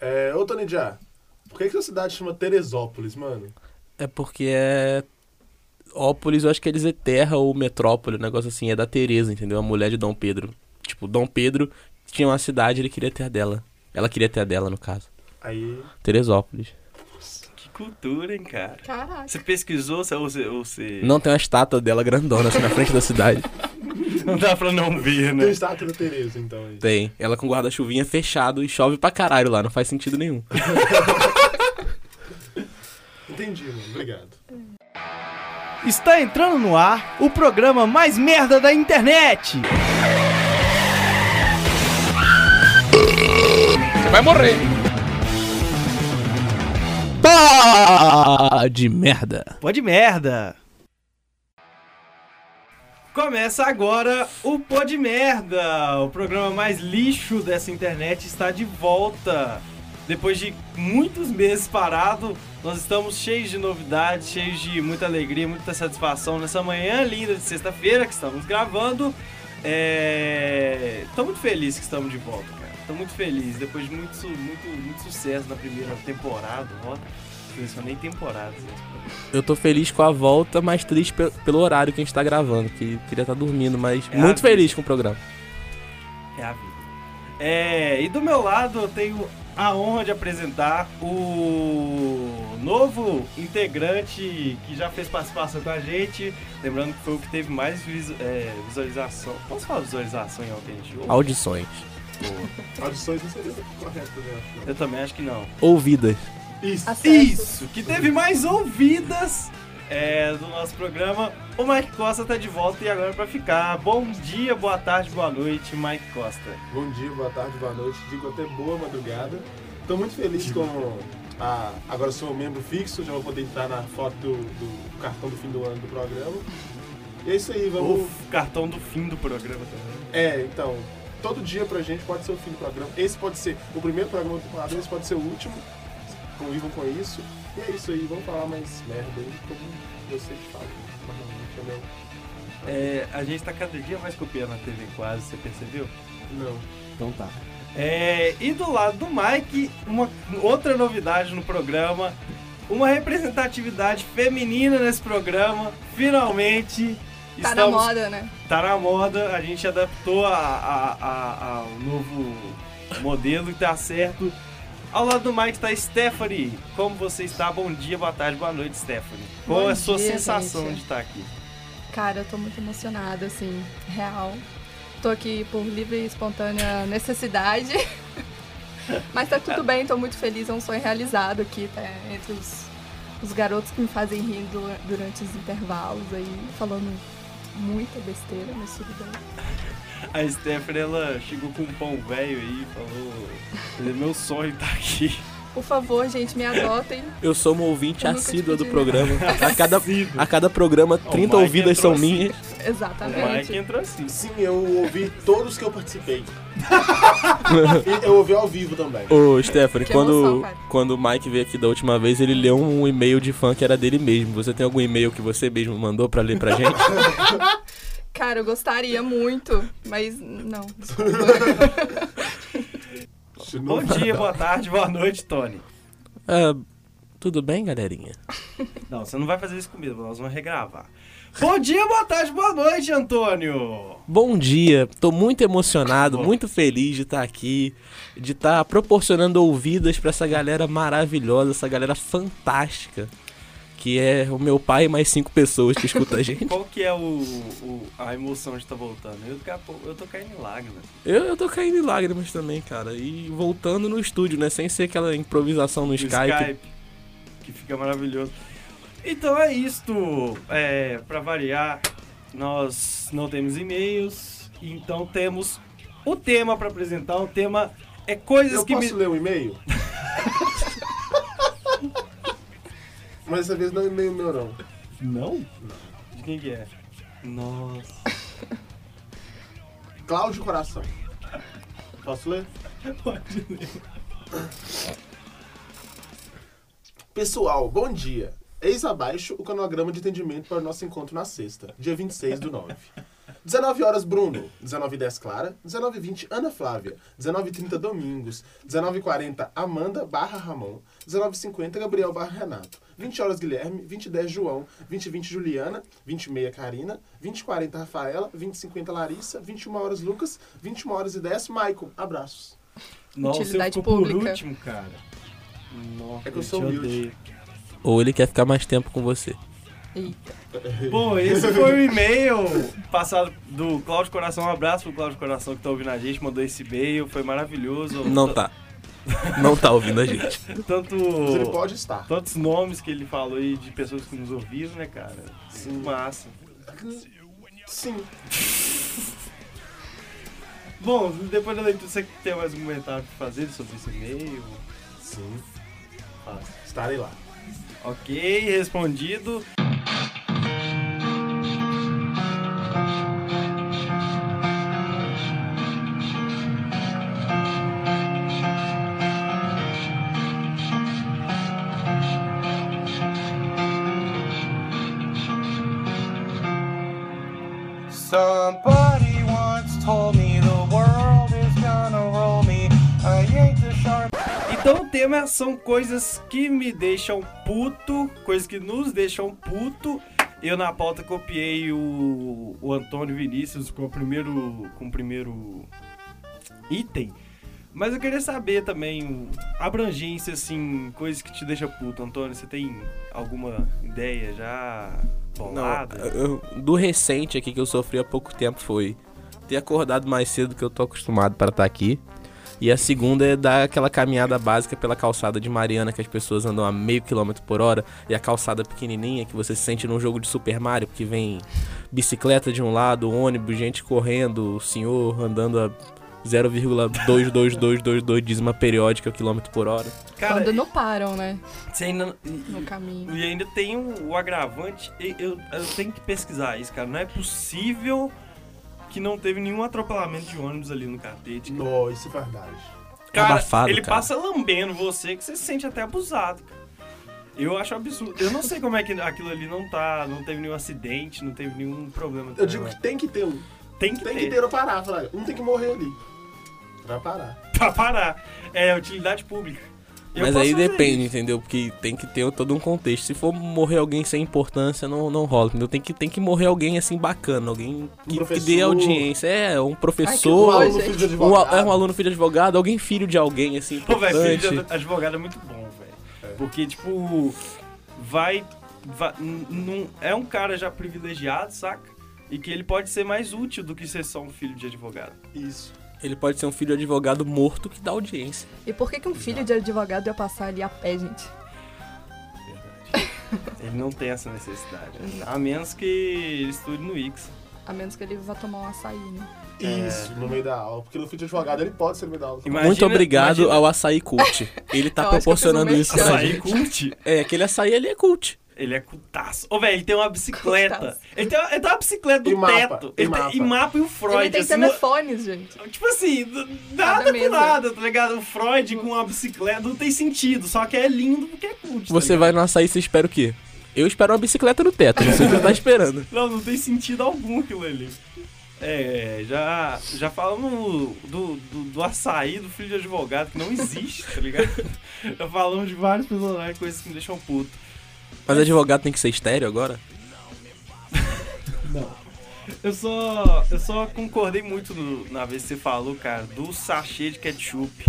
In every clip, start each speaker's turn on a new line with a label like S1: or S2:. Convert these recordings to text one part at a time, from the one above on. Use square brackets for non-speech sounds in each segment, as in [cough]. S1: É, ô, Tony Já, por que, que a cidade chama Teresópolis, mano?
S2: É porque é. Ópolis, eu acho que eles é terra ou metrópole, um negócio assim, é da Tereza, entendeu? A mulher de Dom Pedro. Tipo, Dom Pedro tinha uma cidade ele queria ter a dela. Ela queria ter a dela, no caso.
S1: Aí.
S2: Teresópolis.
S3: Que cultura, hein, cara?
S4: Caraca.
S3: Você pesquisou ou você- ou você. Ou você...
S2: Não tem uma estátua dela grandona assim na frente da cidade.
S3: [laughs] Não dá pra não ver,
S1: Tem
S3: né?
S1: o estátua da Tereza, então. Aí.
S2: Tem. Ela com guarda-chuvinha fechado e chove pra caralho lá, não faz sentido nenhum.
S1: Entendi, mano. Obrigado.
S5: Está entrando no ar o programa mais merda da internet.
S2: Pá de merda.
S5: Pode merda. Começa agora o Pode Merda. O programa mais lixo dessa internet está de volta.
S3: Depois de muitos meses parado, nós estamos cheios de novidades, cheios de muita alegria, muita satisfação nessa manhã linda de sexta-feira que estamos gravando. É... Tô muito feliz que estamos de volta, cara. Tô muito feliz. Depois de muito, su- muito, muito sucesso na primeira temporada, ó. Não são nem temporadas, né?
S2: Eu tô feliz com a volta, mas triste pe- pelo horário que a gente tá gravando, que queria estar dormindo, mas
S3: É,
S2: muito
S3: amigo.
S2: feliz com o programa.
S3: É a vida. É, e do meu lado eu tenho a honra de apresentar o novo integrante que já fez participação com a gente. Lembrando que foi o que teve mais visu- é, visualização. Posso falar visualização em alguém de jogo?
S2: Audições.
S1: Audições não seria correto, né?
S3: Eu também acho que não.
S2: Ouvidas.
S1: Isso.
S3: Assim. Isso, que teve mais ouvidas é, do nosso programa. O Mike Costa tá de volta e agora pra ficar. Bom dia, boa tarde, boa noite, Mike Costa.
S1: Bom dia, boa tarde, boa noite. Digo até boa madrugada. Tô muito feliz com a. Agora sou membro fixo, já vou poder entrar na foto do, do cartão do fim do ano do programa. E é isso aí, vamos.
S3: O cartão do fim do programa também.
S1: É, então. Todo dia pra gente pode ser o fim do programa. Esse pode ser o primeiro programa do temporada, esse pode ser o último. Convivam com isso. E é isso aí, vamos falar mais merda aí, como vocês falam. Mas não, não tinha meu-
S3: É, a gente tá cada dia mais copiando a TV quase, você percebeu?
S1: Não.
S5: Então tá.
S3: É, e do lado do Mike, uma outra novidade no programa, uma representatividade feminina nesse programa, finalmente
S4: Tá na
S3: estamos-
S4: moda, né?
S3: tá na moda, a gente adaptou a, a- a- ao novo modelo e tá certo. Ao lado do Mike tá Stephanie. Como você está? Bom dia, boa tarde, boa noite, Stephanie. Qual
S4: Bom
S3: é a sua
S4: dia,
S3: sensação
S4: gente.
S3: de estar aqui?
S4: Cara, eu tô muito emocionada, assim, real. Tô aqui por livre e espontânea necessidade. [laughs] Mas tá tudo bem, tô muito feliz, é um sonho realizado aqui, tá? Entre os, os garotos que me fazem rir du- durante os intervalos aí, falando muita besteira, mas tudo bem.
S3: A Stephanie, ela chegou com um pão velho aí e falou: Meu sonho
S2: [laughs]
S3: tá aqui.
S4: Por favor, gente,
S3: [laughs]
S4: me adotem.
S2: Eu sou uma ouvinte
S4: Eu nunca te
S2: assídua do
S4: pedi
S2: programa. A cada, a cada programa,
S3: Ó, o
S2: 30
S3: Mike
S2: ouvidas
S3: entrou
S2: são
S3: assim.
S2: minhas.
S4: Tá
S3: O Mike
S4: Exatamente.
S3: entrou assim.
S1: Sim, eu ouvi todos que eu
S3: [laughs]
S1: participei. E eu ouvi ao vivo também.
S2: Ô, Stephanie,
S4: Que
S2: quando,
S4: emoção, cara.
S2: quando o Mike veio aqui da última vez, ele leu um e-mail de fã que era dele mesmo. Você tem algum e-mail que você mesmo mandou pra ler pra gente?
S4: Cara, eu gostaria muito, mas não.
S1: Se não-
S3: Bom dia, boa tarde, boa noite, Tony.
S2: [laughs] Ah, tudo bem, galerinha?
S3: Não, você não vai fazer isso comigo, nós vamos regravar. Bom dia, boa tarde, boa noite, Antônio.
S2: Bom dia, tô muito emocionado,
S3: Bom.
S2: muito feliz de estar aqui, de estar proporcionando ouvidas pra essa galera maravilhosa, essa galera fantástica, que é o meu pai e mais cinco pessoas que escuta a gente.
S3: Qual que é o, o- a emoção de estar voltando? Eu, daqui a pouco- eu tô caindo em lágrimas.
S2: Eu, eu tô caindo em lágrimas também, cara, e voltando no estúdio, né, sem ser aquela improvisação no
S3: O
S2: Skype.
S3: que fica maravilhoso. Então é isto. É, para variar, nós não temos e-mails, então temos o tema para apresentar. O tema é coisas
S1: Eu
S3: que
S1: posso
S3: me.
S1: ler um
S3: [laughs]
S1: e-mail? Mas dessa vez não é e-mail meu, não.
S3: Não? De quem que é? Nossa.
S1: Cláudio Coração. Posso ler?
S3: Pode ler.
S1: Pessoal, bom dia. Eis abaixo o cronograma de atendimento para o nosso encontro na sexta, dia 26 do 9. 19 horas, Bruno. 19 h 10, Clara. 19 h 20, Ana Flávia. 19 h 30, Domingos. 19 h 40, Amanda barra Ramon. 19 h 50, Gabriel barra Renato. 20 horas, Guilherme. 20 h 10, João. 20 h 20, Juliana. 20 h 30, Karina. 20 h 40, Rafaela. 20 h 50, Larissa. 21 horas, Lucas. 21 horas e 10, Maicon. Abraços.
S6: Nossa, eu
S4: Utilidade
S6: ficou por
S4: pública.
S6: último, cara. Nossa,
S1: É que eu sou
S6: te
S1: humilde.
S6: odeio.
S2: Ou ele quer ficar mais tempo com você.
S4: Eita.
S6: Bom,
S3: Esse foi o e-mail passado do Cláudio Coração. Um abraço pro Cláudio Coração que tá ouvindo a gente, mandou esse e-mail, foi maravilhoso.
S2: Não tá. Não tá ouvindo a gente.
S3: Tanto.
S1: Mas Ele pode estar.
S3: Tantos nomes que ele falou aí de pessoas que nos ouviram, né, cara? Sim. Massa.
S1: Sim.
S3: Bom, depois da leitura, você tem mais um comentário pra fazer sobre esse e-mail?
S1: Sim. Fácil. Estarei lá.
S3: Ok, respondido.
S7: Somebody once told me the world is gonna roll me. I ain't the shark.
S3: Então o tema são coisas que me deixam puto, coisas que nos deixam puto. Eu na pauta copiei o, o Antônio Vinícius com o primeiro com o primeiro item. Mas eu queria saber também o- abrangência assim, coisas que te deixam puto, Antônio, você tem alguma ideia já bolada?
S2: eu- do recente aqui que eu sofri há pouco tempo foi ter acordado mais cedo do que eu tô acostumado pra estar aqui. E a segunda é dar aquela caminhada básica pela calçada de Mariana, que as pessoas andam a meio quilômetro por hora, e a calçada pequenininha que você se sente num jogo de Super Mario, porque vem bicicleta de um lado, ônibus, gente correndo, o senhor andando a 0,22222 dízima periódica quilômetro por hora.
S3: Cara,
S4: Quando não param, né?
S3: você ainda
S4: No caminho.
S3: E ainda tem o, o agravante, e- eu, eu tenho que pesquisar isso, cara. Não é possível que não teve nenhum atropelamento de ônibus ali no catete.
S1: Não, isso é verdade.
S3: Cara,
S2: Abafado,
S3: ele
S2: cara.
S3: passa lambendo você que você se sente até abusado, cara. Eu acho absurdo. Eu não sei como é que aquilo ali não tá. Não teve nenhum acidente, não teve nenhum problema.
S1: Eu digo que tem que ter um.
S3: tem que
S1: Tem que
S3: ter,
S1: ter pra parar, Fraga. Um tem que morrer ali. Pra parar.
S3: pra parar. É utilidade pública. Eu
S2: Mas
S3: posso
S2: aí
S3: fazer
S2: depende,
S3: isso.
S2: entendeu? Porque tem que ter todo um contexto. Se for morrer alguém sem importância, não, não rola, entendeu? Tem que, tem que morrer alguém assim bacana, alguém que, que dê
S1: professor.
S2: audiência. É, um
S1: Um
S2: professor,
S4: Ai,
S1: aluno
S4: gente.
S1: filho de
S2: um, a-
S1: advogado.
S2: é, um aluno filho de advogado, alguém filho de alguém, assim,
S3: Pô, velho,
S2: importante.
S3: filho de advogado é muito bom,
S1: É.
S3: velho. Porque, tipo, vai. vai n- não- é um cara já privilegiado, saca? E que ele pode ser mais útil do que ser só um filho de advogado.
S1: Isso.
S2: Ele pode ser um filho de advogado morto que dá audiência.
S4: E por que, que um filho de advogado ia passar ali a pé, gente?
S3: Ele não tem essa necessidade. A menos que ele estude no Wix.
S4: A menos que ele vá tomar um açaí, né?
S1: Isso, É, no meio da aula. Porque no filho de advogado ele pode ser no meio da aula.
S3: Imagina-
S2: Muito obrigado
S3: imagina-
S2: ao Açaí Cult. Ele tá
S4: Eu acho que eu
S2: proporcionando
S4: fiz um
S2: isso pra
S3: Açaí
S2: gente.
S3: curte.
S2: É, aquele açaí ali é cult.
S3: Ele é cultaço. Ô, velho, ele tem uma bicicleta.
S4: Cultaço.
S3: Ele tem, ele tem uma bicicleta do
S1: E mapa,
S3: teto.
S1: e
S3: ele
S1: mapa.
S3: Tem, e mapa e o Freud.
S4: ele tem
S3: assim, no-
S4: telefones, gente.
S3: Tipo assim, n-
S4: Nada
S3: nada por
S4: mesmo.
S3: nada, tá ligado? O Freud com uma bicicleta não tem sentido, só que é lindo porque é cult. tá
S2: Você
S3: ligado?
S2: vai no açaí e você espera o quê? Eu espero uma bicicleta no teto, não sei o que você tá esperando.
S3: Não, não tem sentido algum aquilo ali. É, já, já falamos do, do, do açaí do filho de advogado, que não existe, tá ligado? Já falamos de vários personagens, coisas que me deixam puto.
S2: Mas advogado tem que ser estéreo agora?
S3: Eu só, eu só concordei muito no- na vez que você falou, cara, do sachê de ketchup.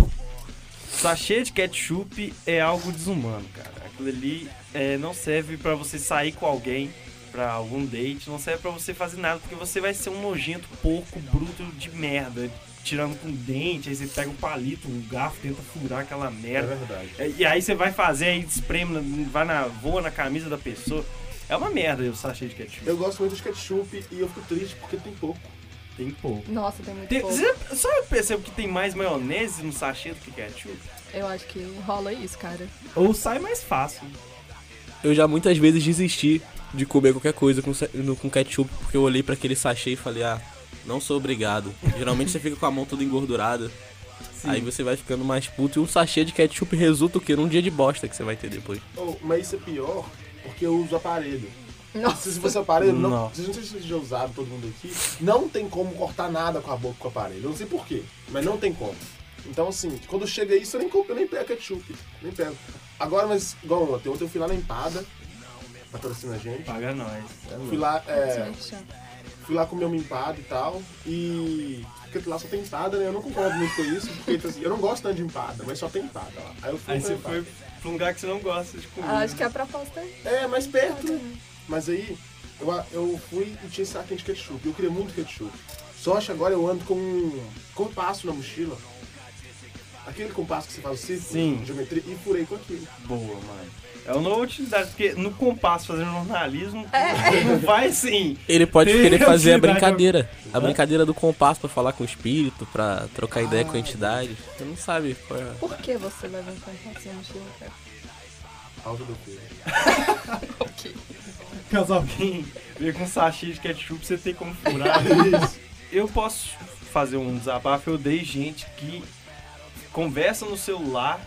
S3: Sachê de ketchup é algo desumano, cara. Aquilo ali é, não serve pra você sair com alguém pra algum date, não serve pra você fazer nada, porque você vai ser um nojento porco bruto de merda, tirando com dente, aí você pega um palito, um garfo, tenta furar aquela
S1: É
S3: merda.
S1: verdade.
S3: É, E aí você vai fazer, aí espreme, na- vai na, voa na camisa da pessoa. É uma merda o sachê de ketchup.
S1: Eu gosto muito de ketchup e eu fico triste porque tem pouco.
S3: Tem pouco.
S4: Nossa, tem muito
S3: Tem-
S4: pouco.
S3: cê- só eu percebo que tem mais maionese no sachê do que ketchup.
S4: Eu acho que rola isso, cara.
S3: Ou sai mais fácil.
S2: Eu já muitas vezes desisti de comer qualquer coisa com, sa- no- com ketchup, porque eu olhei pra aquele sachê e falei, ah, não sou obrigado. Geralmente você fica com a mão toda engordurada. Aí você vai ficando mais puto e um sachê de ketchup resulta o quê? Num dia de bosta que você vai ter depois.
S1: Oh, mas isso é pior porque eu uso aparelho.
S4: Nossa. [laughs]
S1: Se você aparelho, não,
S3: Não.
S1: vocês não sei se vocês já usaram todo mundo aqui, não tem como cortar nada com a boca com o aparelho. Eu não sei porquê, mas não tem como. Então, assim, quando chega isso, eu nem, compro, eu nem pego ketchup, nem pego. Agora, mas, igual ontem, ontem eu fui lá na Empada, patrocina a gente.
S3: Paga nós.
S1: Fui lá, é,
S4: Gente,
S1: fui lá comer uma empada e tal, e... Porque lá só tem empada, né? Eu não concordo muito com isso, porque, tipo assim, eu não gosto tanto de empada, mas só tem empada lá. Aí eu fui
S3: Aí
S1: pra
S3: você
S1: empada.
S3: foi pra um lugar que você não gosta de comer.
S4: Ah, Acho que a proposta é.
S1: É, mais perto. né? Mas aí, eu, eu fui e tinha saquinho de ketchup. Eu queria muito ketchup. Só que agora eu ando com um compasso na mochila. Aquele compasso que você faz o círculo,
S3: Sim.
S1: de geometria, e furei com aquilo.
S3: Boa, mano. É uma nova utilidade, porque no compasso fazendo jornalismo
S4: É.
S3: não vai sim.
S2: Ele pode
S3: Tem
S2: querer fazer a
S3: entidade-
S2: brincadeira. A brincadeira do compasso pra falar com o espírito, pra trocar ideia
S1: Ah,
S2: com a entidade. Você não sabe qual é.
S4: Por que você leva um compasso na mochila, cara?
S1: Alto do
S3: [laughs]
S1: peito.
S4: Ok.
S3: Caso alguém veio com um sachê de ketchup, você tem como furar. eu posso fazer um desabafo. Eu odeio gente que conversa no celular,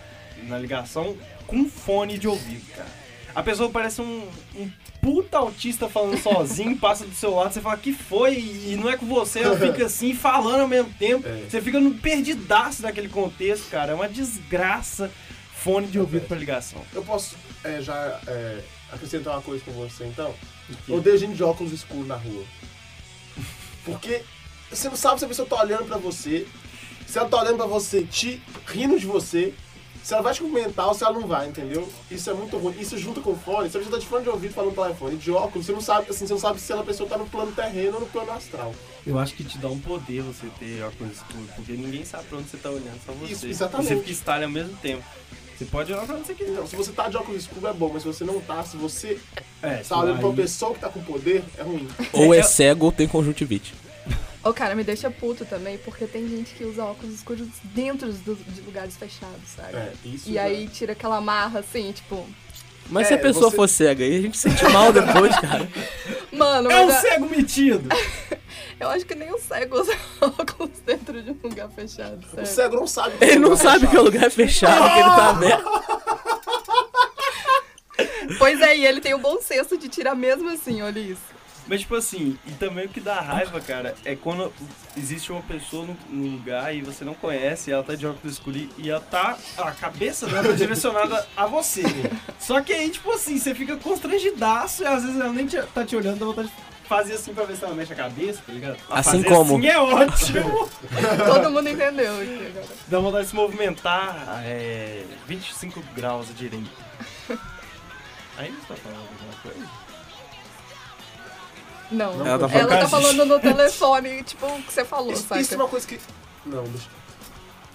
S3: na ligação, com fone de ouvido, cara. A pessoa parece um, um puta autista [laughs] falando sozinho, passa do seu lado, você fala que foi e não é com você, ela fica [laughs] assim falando ao mesmo tempo.
S1: É.
S3: Você fica no perdidaço daquele contexto, cara. É uma desgraça fone de ouvido pra ligação.
S1: Eu posso é, já é, acrescentar uma coisa com você, então? Odeio gente de óculos escuros na rua. Porque você não sabe se a pessoa tá olhando pra você, se ela tá olhando pra você, te rindo de você, se ela vai te comentar ou se ela não vai, entendeu? Isso é muito ruim. Isso junta com o fone, se a pessoa tá de fone de ouvido falando pelo telefone, de óculos, você não sabe, assim, você não sabe se ela pessoa tá no plano terreno ou no plano astral.
S3: Eu acho que te dá um poder você ter óculos escuros, porque ninguém sabe pra onde você tá olhando, só você.
S1: Isso, exatamente.
S3: E você fica estalha ao mesmo tempo. Você pode olhar pra onde você quiser.
S1: Então, se você tá de óculos escuros é bom, mas se você não tá, se você
S3: É,
S1: tá olhando pra uma pessoa que tá com poder, é ruim.
S2: Ou
S3: É,
S2: é
S3: eu-
S2: cego ou tem conjuntivite.
S4: Ô, cara, me deixa puto também, porque tem gente que usa óculos escuros dentro dos- de lugares fechados, sabe?
S1: É, isso.
S4: E
S1: já-
S4: aí tira aquela marra assim, tipo,
S1: É,
S2: Mas se a pessoa
S1: você-
S2: for cega, aí a gente se sente mal depois,
S1: [laughs]
S2: cara.
S4: mano,
S3: É um
S4: mas a-
S3: cego metido!
S4: eu acho que nem o cego usa [laughs] óculos dentro de um lugar fechado,
S1: O
S4: sabe?
S1: cego não sabe. o que
S2: É. Ele
S1: vai
S2: não sabe
S1: achar.
S2: que o lugar é fechado, que ele tá aberto.
S4: Pois é, e ele tem o bom senso de tirar mesmo assim, olha isso.
S3: Mas tipo assim, e também o que dá raiva, cara, é quando existe uma pessoa no, no lugar e você não conhece, ela tá de óculos escuros e- e ela tá. A cabeça dela tá direcionada a você. Só que aí, tipo assim, você fica constrangidaço e às vezes ela nem te- tá te olhando, dá vontade de fazer assim pra ver se ela mexe a cabeça, tá ligado? Ela
S2: Assim
S3: fazer
S2: como?
S3: Assim é ótimo!
S4: Todo mundo entendeu aqui agora.
S3: Dá vontade de se movimentar é, 25 graus à direita. Ainda está falando alguma coisa?
S4: Não,
S2: Ela tá
S4: ela tá,
S2: falando-
S4: falando no telefone, tipo, o que você falou,
S1: Isso,
S4: saca?
S1: isso é uma coisa que. Não, deixa.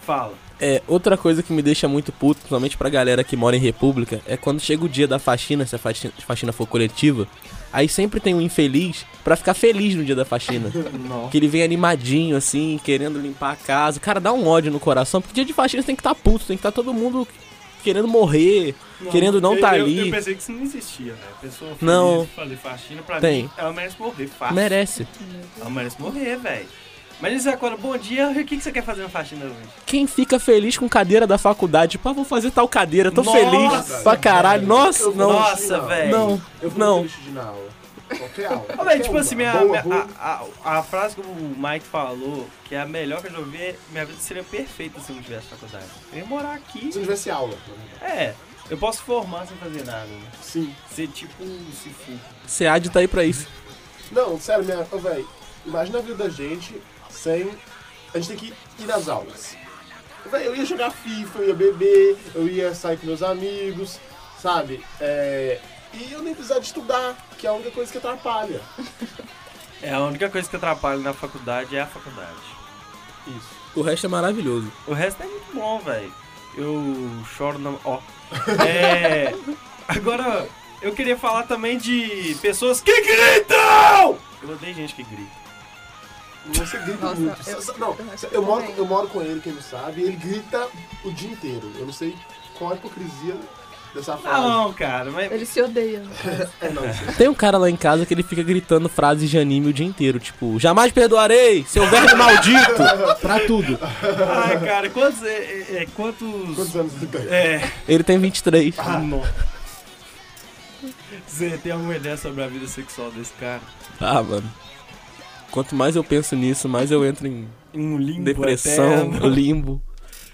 S3: Fala.
S2: É, outra coisa que me deixa muito puto, principalmente pra galera que mora em república, é quando chega o dia da faxina, se a faxi- faxina, for coletiva, aí sempre tem um infeliz pra ficar feliz no dia da
S3: [laughs]
S2: faxina. Que ele vem animadinho, assim, querendo limpar a casa. Cara, dá um ódio no coração, porque dia de faxina você tem que estar puto, tem que estar todo mundo querendo morrer, querendo não
S3: eu,
S2: tá
S3: eu-
S2: ali.
S3: Eu pensei que isso não existia, né? A pessoa feliz
S2: Não.
S3: de fazer faxina pra
S2: Tem.
S3: mim, ela merece morrer fácil.
S2: Merece.
S3: Ela merece morrer, velho. Mas eles acordam, bom dia, o que, que você quer fazer na faxina hoje?
S2: Quem fica feliz com cadeira da faculdade? Pá, vou fazer tal cadeira, tô
S3: Nossa,
S2: feliz pra caralho. Nossa,
S1: Eu-
S2: não.
S3: Nossa,
S1: não.
S3: velho.
S2: Não,
S1: Eu fui
S2: não.
S1: muito triste na aula. Qualquer aula.
S3: Ô,
S1: qualquer
S3: velho, tipo
S1: uma.
S3: assim, minha,
S1: Boa,
S3: minha-
S1: ruim.
S3: a, a- a frase que o Mike falou, que é a melhor que eu já ouvi, é, minha vida seria perfeita se eu não tivesse faculdade. Eu ia morar aqui.
S1: Se não tivesse aula. na verdade.
S3: É, eu posso formar sem fazer nada, né?
S1: Sim.
S3: Ser tipo um Sifu.
S2: SEAD tá aí pra isso.
S1: Não, sério, minha. Ô, velho, imagina a vida da gente sem. A gente tem que ir nas aulas. Velho, eu ia jogar FIFA, eu ia beber, eu ia sair com meus amigos, sabe? É, E eu nem precisava de estudar, que é a única coisa que atrapalha.
S3: É, a única coisa que atrapalha na faculdade é a faculdade.
S1: Isso.
S2: O resto é maravilhoso.
S3: O resto é muito bom, velho. Eu choro na. Ó. [laughs] É. Agora, eu queria falar também de pessoas que gritam! Eu odeio gente que grita.
S1: Você grita
S4: Nossa,
S1: muito.
S4: eu-
S1: Só- não,
S4: eu acho que
S1: eu moro,
S4: também.
S1: eu moro com ele, quem não sabe, e ele grita o dia inteiro. Eu não sei qual a hipocrisia dessa frase.
S3: Não, cara, mas.
S4: Ele se odeia. né?
S1: É, não, isso
S2: Tem um cara lá em casa que ele fica gritando frases de anime o dia inteiro, tipo, jamais perdoarei, seu verme maldito, pra tudo.
S3: Ai, cara, quantos. É, é- é- quantos.
S1: Quantos anos você tem?
S3: É.
S2: Ele tem 23.
S3: Não. Você tem alguma ideia sobre a vida sexual desse cara?
S2: Ah, mano. Quanto mais eu penso nisso, mais eu entro em
S3: Um limbo
S2: depressão, [laughs]
S3: eterno.
S2: limbo.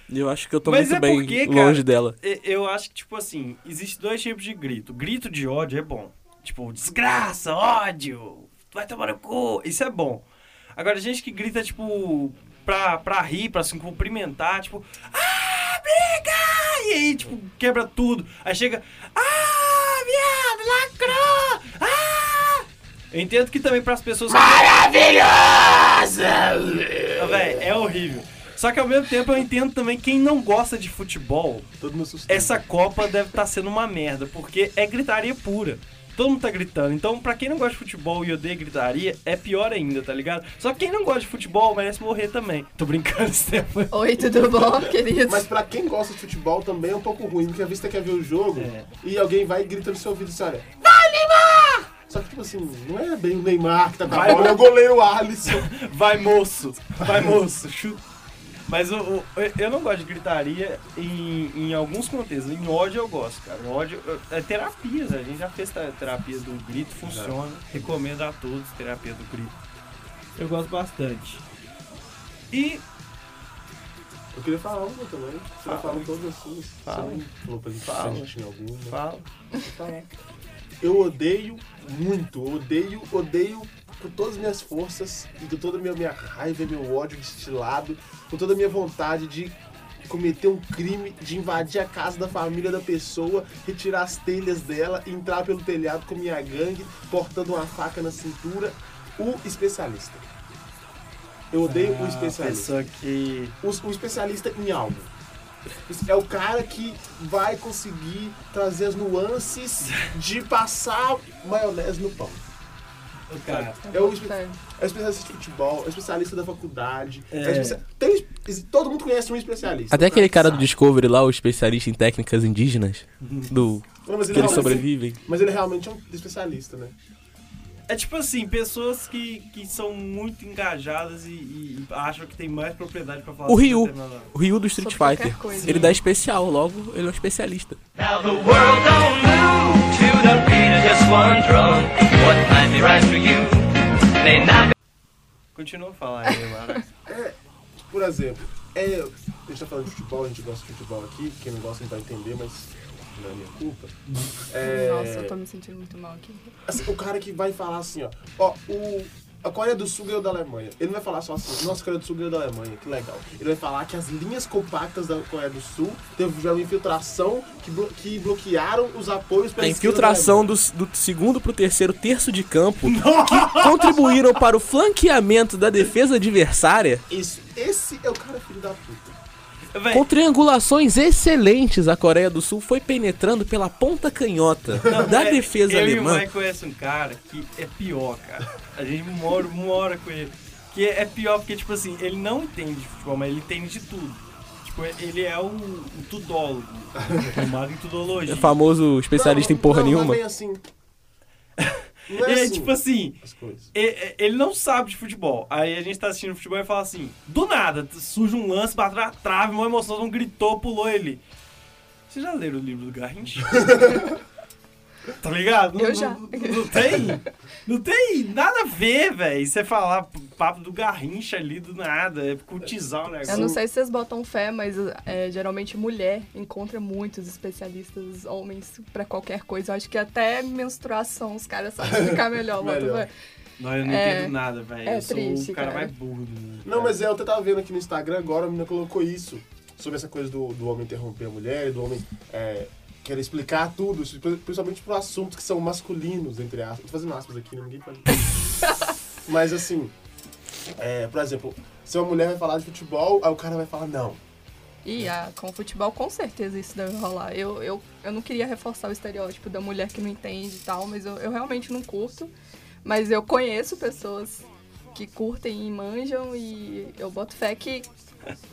S2: E eu acho que eu tô
S3: Mas
S2: muito
S3: é
S2: bem
S3: porque, cara,
S2: longe dela.
S3: E- Eu acho que, tipo assim, existe dois tipos de grito. Grito de ódio é bom. Tipo, desgraça, ódio, vai tomar no cu. Isso é bom. Agora, gente que grita, tipo, pra, pra rir, pra se cumprimentar, tipo, ah, briga! E aí, tipo, quebra tudo. Aí chega, ah, viado, lacrou! Ah! Eu entendo que também pras pessoas. Maravilhosa! Véi, é horrível. Só que ao mesmo tempo eu entendo também quem não gosta de futebol
S1: Todo mundo assustado.
S3: essa Copa deve estar sendo uma merda, porque é gritaria pura. Todo mundo tá gritando. Então, pra quem não gosta de futebol e odeia gritaria, é pior ainda, tá ligado? Só que quem não gosta de futebol merece morrer também. Tô brincando, [laughs] Stefan.
S4: Oi, tudo bom, querido?
S1: Mas pra quem gosta de futebol também é um pouco ruim, porque às vezes você quer ver o jogo
S3: É.
S1: e alguém vai e grita no seu ouvido assim, olha, vai Neymar! Só que tipo assim, não é bem o Neymar que tá com a
S3: Vai,
S1: bola, é o goleiro Alisson.
S3: Vai, moço. Vai, moço. Chuta. Mas o- o- eu não gosto de gritaria em, em alguns contextos. Em ódio eu gosto, cara. Ódio é terapias. A gente já fez te- terapia do grito, funciona. Recomendo a todos terapia do grito. Eu gosto bastante. E
S1: Eu queria falar uma também. Você fala.
S3: Fala.
S1: falam todas as suas.
S3: Fala.
S1: Você não Falou pra gente
S3: Fala.
S1: se tinha né? alguma.
S3: fala.
S1: Fala. Eu odeio muito, eu odeio, odeio com todas as minas forças e com toda a minha, minha raiva, meu ódio destilado, com toda a minha vontade de cometer um crime, de invadir a casa da família da pessoa, retirar as telhas dela, entrar pelo telhado com minha gangue, portando uma faca na cintura, o especialista. Eu odeio o
S3: A
S1: especialista
S3: pessoa que
S1: o, o especialista em algo. É o cara que vai conseguir trazer as nuances de passar maionese no pão.
S3: O cara.
S1: É o, espe- é o especialista de futebol, é o especialista da faculdade. é o
S3: É.
S1: especia- tem- ex- todo mundo conhece um especialista.
S2: Até
S1: O
S2: aquele cara do
S1: sabe.
S2: Discovery lá, o especialista em técnicas indígenas, do
S1: Não, mas, ele
S2: que eles
S1: realmente,
S2: sobrevivem.
S1: mas ele realmente é um especialista, né?
S3: É tipo assim, pessoas que, que são muito engajadas e, e acham que tem mais propriedade pra falar.
S2: O
S3: sobre
S2: Ryu.
S3: determinada-
S2: O Ryu do Street
S4: Sobre qualquer
S2: Fighter,
S4: coisa.
S2: ele dá especial, logo ele é um especialista.
S8: Now the world don't move to the beat of just one drum. What might be right for you may not
S3: Continua a falar aí,
S2: [laughs]
S3: Mara.
S1: Por exemplo, é, a gente tá falando de futebol, a gente gosta de futebol aqui, quem não gosta não vai entender, mas não é minha culpa. É,
S4: Nossa, eu tô me sentindo muito mal aqui.
S1: Assim, o cara que vai falar assim, ó, ó, o, a Coreia do Sul ganhou da Alemanha. Ele não vai falar só assim, nossa, a Coreia do Sul ganhou da Alemanha, que legal. Ele vai falar que as linhas compactas da Coreia do Sul teve uma infiltração que, blo- que bloquearam os apoios pela
S2: A
S1: esquerda
S2: infiltração
S1: da
S2: do, do segundo pro terceiro terço de campo que contribuíram para o flanqueamento da defesa adversária
S1: Alemanha. Isso, esse é o cara filho da puta.
S3: Véi,
S2: com triangulações excelentes. A Coreia do Sul foi penetrando pela ponta canhota da
S3: é,
S2: defesa
S3: eu e o
S2: alemã.
S3: Mike conhece um cara que é pior, cara. A gente mora, mora com ele. Que é pior porque, tipo assim, ele não entende de futebol, mas ele entende de tudo. Tipo, ele é um, um tudólogo. Formado em
S2: É
S3: tudologia.
S2: O famoso especialista
S1: Não,
S2: em porra
S1: não,
S2: nenhuma.
S1: Não é bem
S2: [laughs]
S1: assim. Não
S3: E
S1: é
S3: é
S1: assim
S3: tipo assim,
S1: as coisas.
S3: E- e- Ele não sabe de futebol. Aí a gente tá assistindo futebol e fala assim: do nada, surge um lance, bateu a trave, uma emoção, um gritou, pulou ele. Vocês já leram o livro do
S4: [laughs]
S3: Garrincha? tá ligado? Não-
S4: Eu
S3: não-
S4: já.
S3: Não, não tem? Não tem nada a ver, velho. Você falar p- papo do Garrincha ali do nada, é cutizar o
S4: Eu
S3: negócio.
S4: não sei se vocês botam fé, mas é, geralmente mulher encontra muitos especialistas homens pra qualquer coisa. Eu acho que até menstruação os caras sabem explicar melhor. bota
S1: Melhor.
S4: fé.
S3: Não, eu não
S4: É.
S3: entendo nada, velho.
S4: É
S3: eu sou
S4: triste,
S3: o cara,
S4: cara.
S3: mais burro do mundo.
S1: Não, mas é, eu até tava vendo aqui no Instagram agora, a menina colocou isso. Sobre essa coisa do, do homem interromper a mulher, do homem é, querer explicar tudo, isso, principalmente por assuntos que são masculinos, entre aspas. Tô fazendo aspas aqui, né? ninguém pode. mas assim, é, por exemplo, se uma mulher vai falar de futebol, aí o cara vai falar, não.
S4: E ah, com o futebol, com certeza isso deve rolar. Eu, eu, eu não queria reforçar o estereótipo da mulher que não entende e tal, mas eu, eu realmente não curto. Mas eu conheço pessoas que curtem e manjam e eu boto fé que.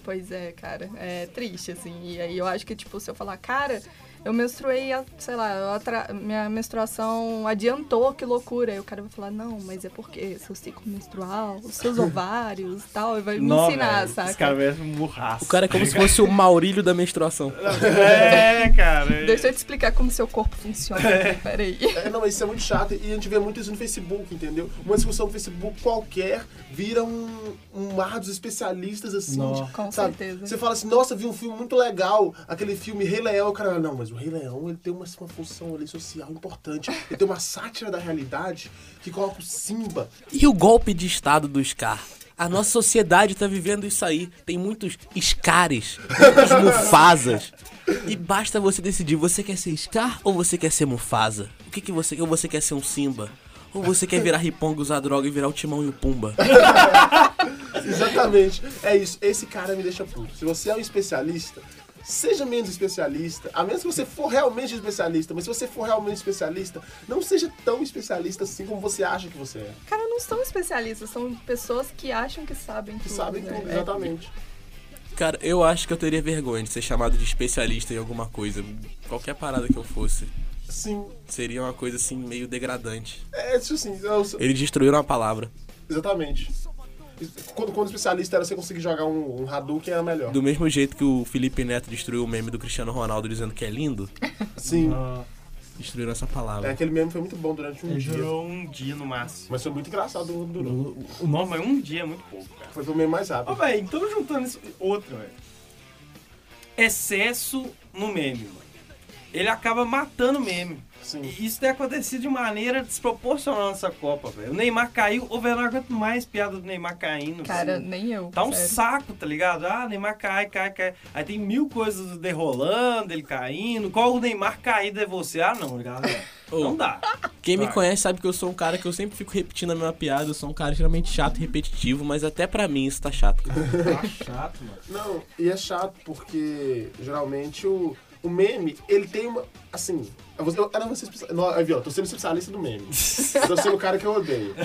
S4: Pois é, cara, é triste, assim. E aí eu acho que, tipo, se eu falar, cara, Eu menstruei, a- sei lá, eu atra- minha menstruação adiantou, que loucura. Aí o cara vai falar, não, mas é porque seu ciclo menstrual, os
S9: [laughs]
S4: seus ovários e tal, e vai me
S9: Nó,
S4: ensinar,
S9: velho,
S4: saca?
S9: Esse cara merece um burraço.
S2: O cara é
S3: [laughs]
S2: como se fosse o Maurílio da menstruação.
S9: É, cara.
S4: Deixa eu te explicar como seu corpo funciona. Peraí.
S1: É, não, mas isso é muito chato e a gente vê muito isso no Facebook, entendeu? Uma discussão no Facebook qualquer vira um, um mar dos especialistas, assim.
S9: Nó.
S1: de-
S4: Com
S1: sabe?
S4: certeza.
S1: Você fala assim, nossa, vi um filme muito legal, aquele filme Rei Leão, o cara, não, mas o Rei Leão, ele tem uma, uma função ali social importante, ele tem uma sátira da realidade que coloca o Simba.
S2: E o golpe de estado do Scar? A nossa sociedade tá vivendo isso aí. Tem muitos Scares, muitos Mufasas. E basta você decidir, você quer ser Scar ou você quer ser Mufasa? O que que você... Ou você quer ser um Simba? Ou você quer virar riponga, usar droga e virar o Timão e o Pumba?
S1: Exatamente. É isso. Esse cara me deixa puto. Se você é um especialista, seja menos especialista. A menos que você for realmente especialista. Mas se você for realmente especialista, não seja tão especialista assim como você acha que você é.
S4: Cara, não são especialistas, são pessoas que acham que sabem
S1: Que
S4: tudo.
S1: sabem
S4: né?
S1: tudo,
S4: É.
S1: exatamente.
S2: Cara, eu acho que eu teria vergonha de ser chamado de especialista em alguma coisa. Qualquer parada que eu fosse.
S1: Sim.
S2: Seria uma coisa assim, meio degradante.
S1: É isso sim. Eu sou-
S2: Eles destruíram a palavra.
S1: Exatamente. Quando, quando o especialista era você conseguir jogar um, um Hadouken, era melhor.
S2: Do mesmo jeito que o Felipe Neto destruiu o meme do Cristiano Ronaldo dizendo que é lindo,
S1: Sim.
S2: destruíram essa
S1: É,
S2: palavra.
S1: aquele meme foi muito bom durante um
S3: Ele
S1: dia.
S3: durou um dia no máximo.
S1: Mas foi muito engraçado. Durou.
S3: O- O normal é um dia, é muito pouco, cara.
S1: Foi o meme mais
S3: Ó,
S1: rápido.
S3: velho, então juntando isso. Outra, velho. Excesso no meme, mano. Ele acaba matando o meme.
S1: Sim.
S3: E isso tem acontecido de maneira desproporcional nessa Copa, velho. O Neymar caiu, o velho não aguenta mais piada do Neymar caindo.
S4: Cara,
S3: assim.
S4: nem eu.
S3: Tá um
S4: sério.
S3: saco, tá ligado? Ah, Neymar cai, cai, cai. Aí tem mil coisas do derrolando, ele caindo. Qual o Neymar caído é você? Ah, não, ligado? Não [laughs] dá. Tá
S2: Quem me
S3: Vai.
S2: conhece sabe que eu sou um cara que eu sempre fico repetindo a mesma piada, eu sou um cara extremamente chato e repetitivo, mas até pra mim isso tá chato. cara.
S3: Tá chato, mano.
S1: Não, e é chato porque geralmente o, o meme, ele tem uma. Assim, eu, vou- eu, eu não vou ser especial- não, aí, viu, eu tô sendo especialista do meme. tô tá sendo o cara que eu odeio.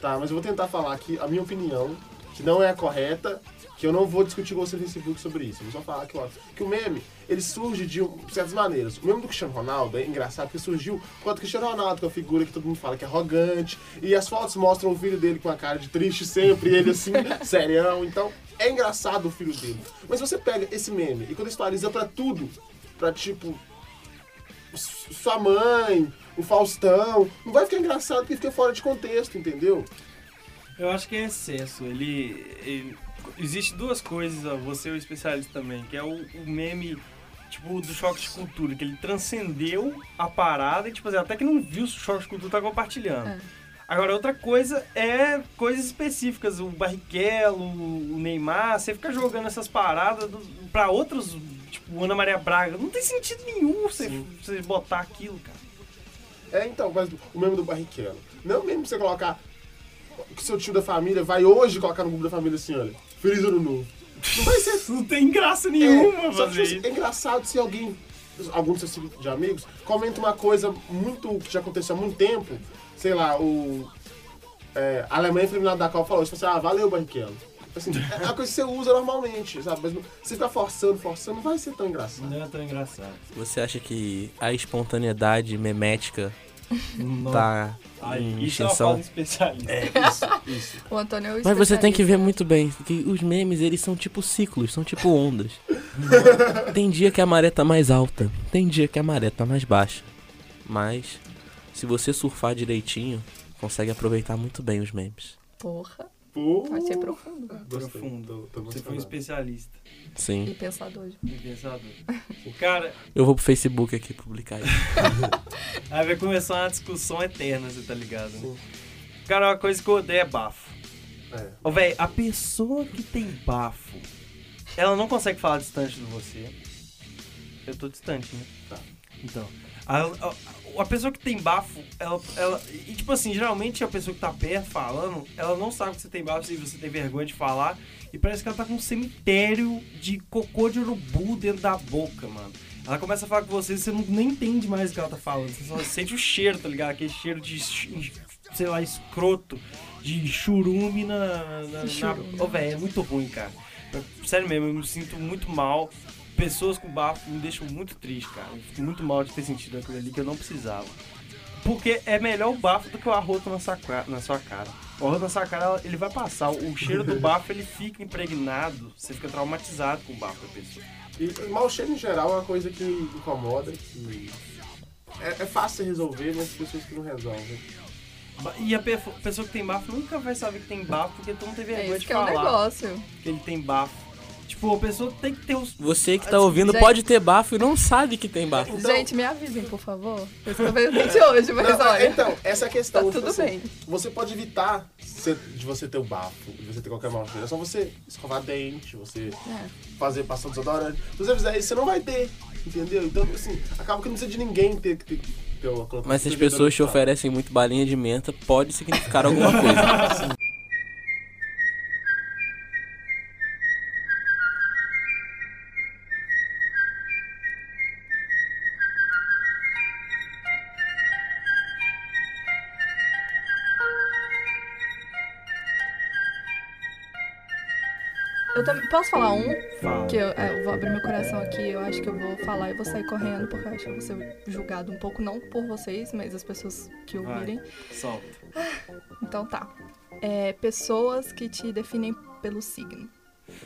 S1: Tá, mas eu vou tentar falar aqui a minha opinião, que não é a correta, que eu não vou discutir com você no Facebook sobre isso. Eu Vou só falar que, ó, que o meme, ele surge de um- certas maneiras. O meme do Cristiano Ronaldo é engraçado porque surgiu quando o Cristiano Ronaldo, que é uma figura que todo mundo fala que é arrogante, e as fotos mostram o filho dele com a cara de triste sempre, e ele assim, serião. Então, é engraçado o filho dele. Mas você pega esse meme e contextualiza pra tudo, pra tipo, s- sua mãe, o Faustão, não vai ficar engraçado porque fica fora de contexto, entendeu?
S3: Eu acho que é excesso. Ele, ele- existe duas coisas, ó, você é o especialista também, que é o, o meme tipo do choque de cultura, que ele transcendeu a parada, e, tipo assim, até que não viu se o choque de cultura tá compartilhando.
S4: É.
S3: Agora, outra coisa é coisas específicas, o Barrichello, o Neymar, você fica jogando essas paradas do, pra outros, tipo Ana Maria Braga, não tem sentido nenhum você, você botar aquilo, cara.
S1: É, então, mas o meme do Barrichello. Não mesmo você colocar que seu tio da família vai hoje colocar no grupo da família assim, olha, feliz ano novo. Não vai ser
S3: Não tem graça
S1: É,
S3: nenhuma,
S1: só que,
S3: fazer
S1: tipo assim,
S3: isso.
S1: é engraçado se alguém, algum dos seus círculos de amigos, comenta uma coisa muito que já aconteceu há muito tempo. Sei lá, o. É, a Alemanha foi eliminada da Copa falou, tipo assim, ah, valeu, Barrichello. Assim, é uma coisa que você usa normalmente, sabe? Mas não- você ficar forçando, forçando, não vai ser tão engraçado.
S3: Não é tão engraçado.
S2: Você acha que a espontaneidade memética
S3: Não.
S2: tá
S3: Ai,
S2: em
S3: isso é uma falta
S2: extinção?
S3: de especialista.
S4: O Antônio é o
S2: Mas você tem que ver muito
S4: especialista.
S2: bem que os memes, eles são tipo ciclos, são tipo
S3: [laughs]
S2: ondas. tem dia que a maré tá mais alta, tem dia que a maré tá mais baixa. Mas, se você surfar direitinho, consegue aproveitar muito bem os memes.
S4: Porra,
S1: Pô,
S4: achei profundo.
S1: gostei,
S3: Profundo.
S1: tô- tô
S3: Você foi
S1: gostando.
S3: um especialista,
S4: E
S2: Sim.
S4: pensador.
S3: um pensador. O cara
S2: Eu vou pro Facebook aqui publicar isso.
S3: aí vai começar uma discussão eterna, você tá ligado? Né? Cara, uma coisa que eu odeio é bafo.
S1: É.
S3: Ô, velho, a pessoa que tem bafo, ela não consegue falar distante de você. Eu tô distante, né?
S1: Tá.
S3: Então. A, a- a pessoa que tem bafo, ela, ela. E tipo assim, geralmente a pessoa que tá perto falando, ela não sabe que você tem bafo e você tem vergonha de falar. E parece que ela tá com um cemitério de cocô de urubu dentro da boca, mano. Ela começa a falar com você e você não, nem entende mais o que ela tá falando. Você só sente o cheiro, tá ligado? Aquele cheiro de, ch- sei lá, escroto, de churume na. na, na-
S4: Churume.
S3: Ô, velho, é muito ruim, cara. Sério mesmo, eu me sinto muito mal. pessoas com bafo me deixam muito triste, cara. Eu fico muito mal de ter sentido aquilo ali que eu não precisava. Porque é melhor o bafo do que o arroto na sua, ca- na sua cara. O arroto na sua cara, ela- ele vai passar. O cheiro do bafo, ele fica impregnado. Você fica traumatizado com o bafo da pessoa.
S1: E, e mau cheiro em geral é uma coisa que incomoda, que é, é fácil de resolver, mas as pessoas que não resolvem.
S3: Ba- E a pe- pessoa que tem bafo nunca vai saber que tem bafo, porque tu não tem
S4: É
S3: vergonha
S4: isso
S3: de
S4: que é o
S3: falar
S4: negócio.
S3: que ele tem bafo. Tipo, a pessoa tem que ter os...
S2: Você que tá ouvindo
S4: Gente.
S2: pode ter bafo e não sabe que tem bafo.
S4: Gente, me avisem, por favor. Eu estou presente hoje, mas
S1: Então- Não,
S4: olha.
S1: então, essa é a questão.
S4: tá
S1: tipo
S4: tudo
S1: assim,
S4: bem.
S1: Você pode evitar se- de você ter o bafo, de você ter qualquer mau cheiro. É só você escovar dente, você
S4: É.
S1: fazer passar desodorante. Se você fizer isso, você não vai ter, entendeu? Então, assim, acaba que não precisa de ninguém ter que ter, ter uma colocação.
S2: Mas se as pessoas te oferecem muito balinha de menta, pode significar alguma coisa.
S4: Eu também, posso falar um?
S3: Fala.
S4: Que eu, é, eu vou abrir meu coração aqui, eu acho que eu vou falar e vou sair correndo, porque eu acho que eu vou ser julgado um pouco, não por vocês, mas as pessoas que
S3: Vai.
S4: ouvirem.
S3: Solta.
S4: Então tá. É, pessoas que te definem pelo signo.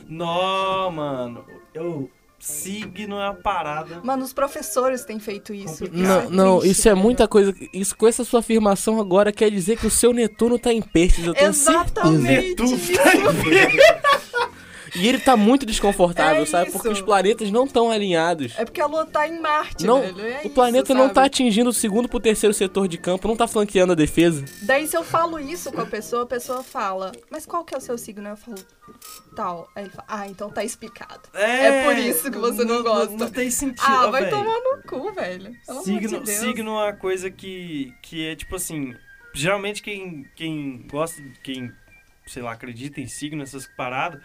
S3: Nó, mano. Eu... Signo é uma parada...
S4: Mano, os professores têm feito isso.
S2: não, não, isso é
S4: muita
S2: muita coisa. Isso com essa sua afirmação agora quer dizer que o seu Netuno tá em peixes, eu tenho certeza.
S3: é
S4: Exatamente. isso.
S2: E ele tá muito desconfortável,
S4: É
S2: sabe?
S4: isso.
S2: Porque os planetas não estão alinhados.
S4: É porque a lua tá em Marte,
S2: Não,
S4: velho. é
S2: o
S4: isso,
S2: planeta não
S4: sabe?
S2: tá atingindo o segundo pro terceiro setor de campo, não tá flanqueando a defesa.
S4: Daí se eu falo isso com a pessoa, a pessoa fala, mas qual que é o seu signo? Eu falo, tal. Aí ele fala, ah, então tá explicado. É por isso que você não gosta.
S3: Não, tem sentido.
S4: ah,
S3: ó,
S4: vai
S3: véi.
S4: tomar no cu, velho. Pelo
S3: signo,
S4: amor de Deus.
S3: signo é uma coisa que, que é tipo assim. Geralmente quem, quem gosta, quem, sei lá, acredita em signo, essas paradas,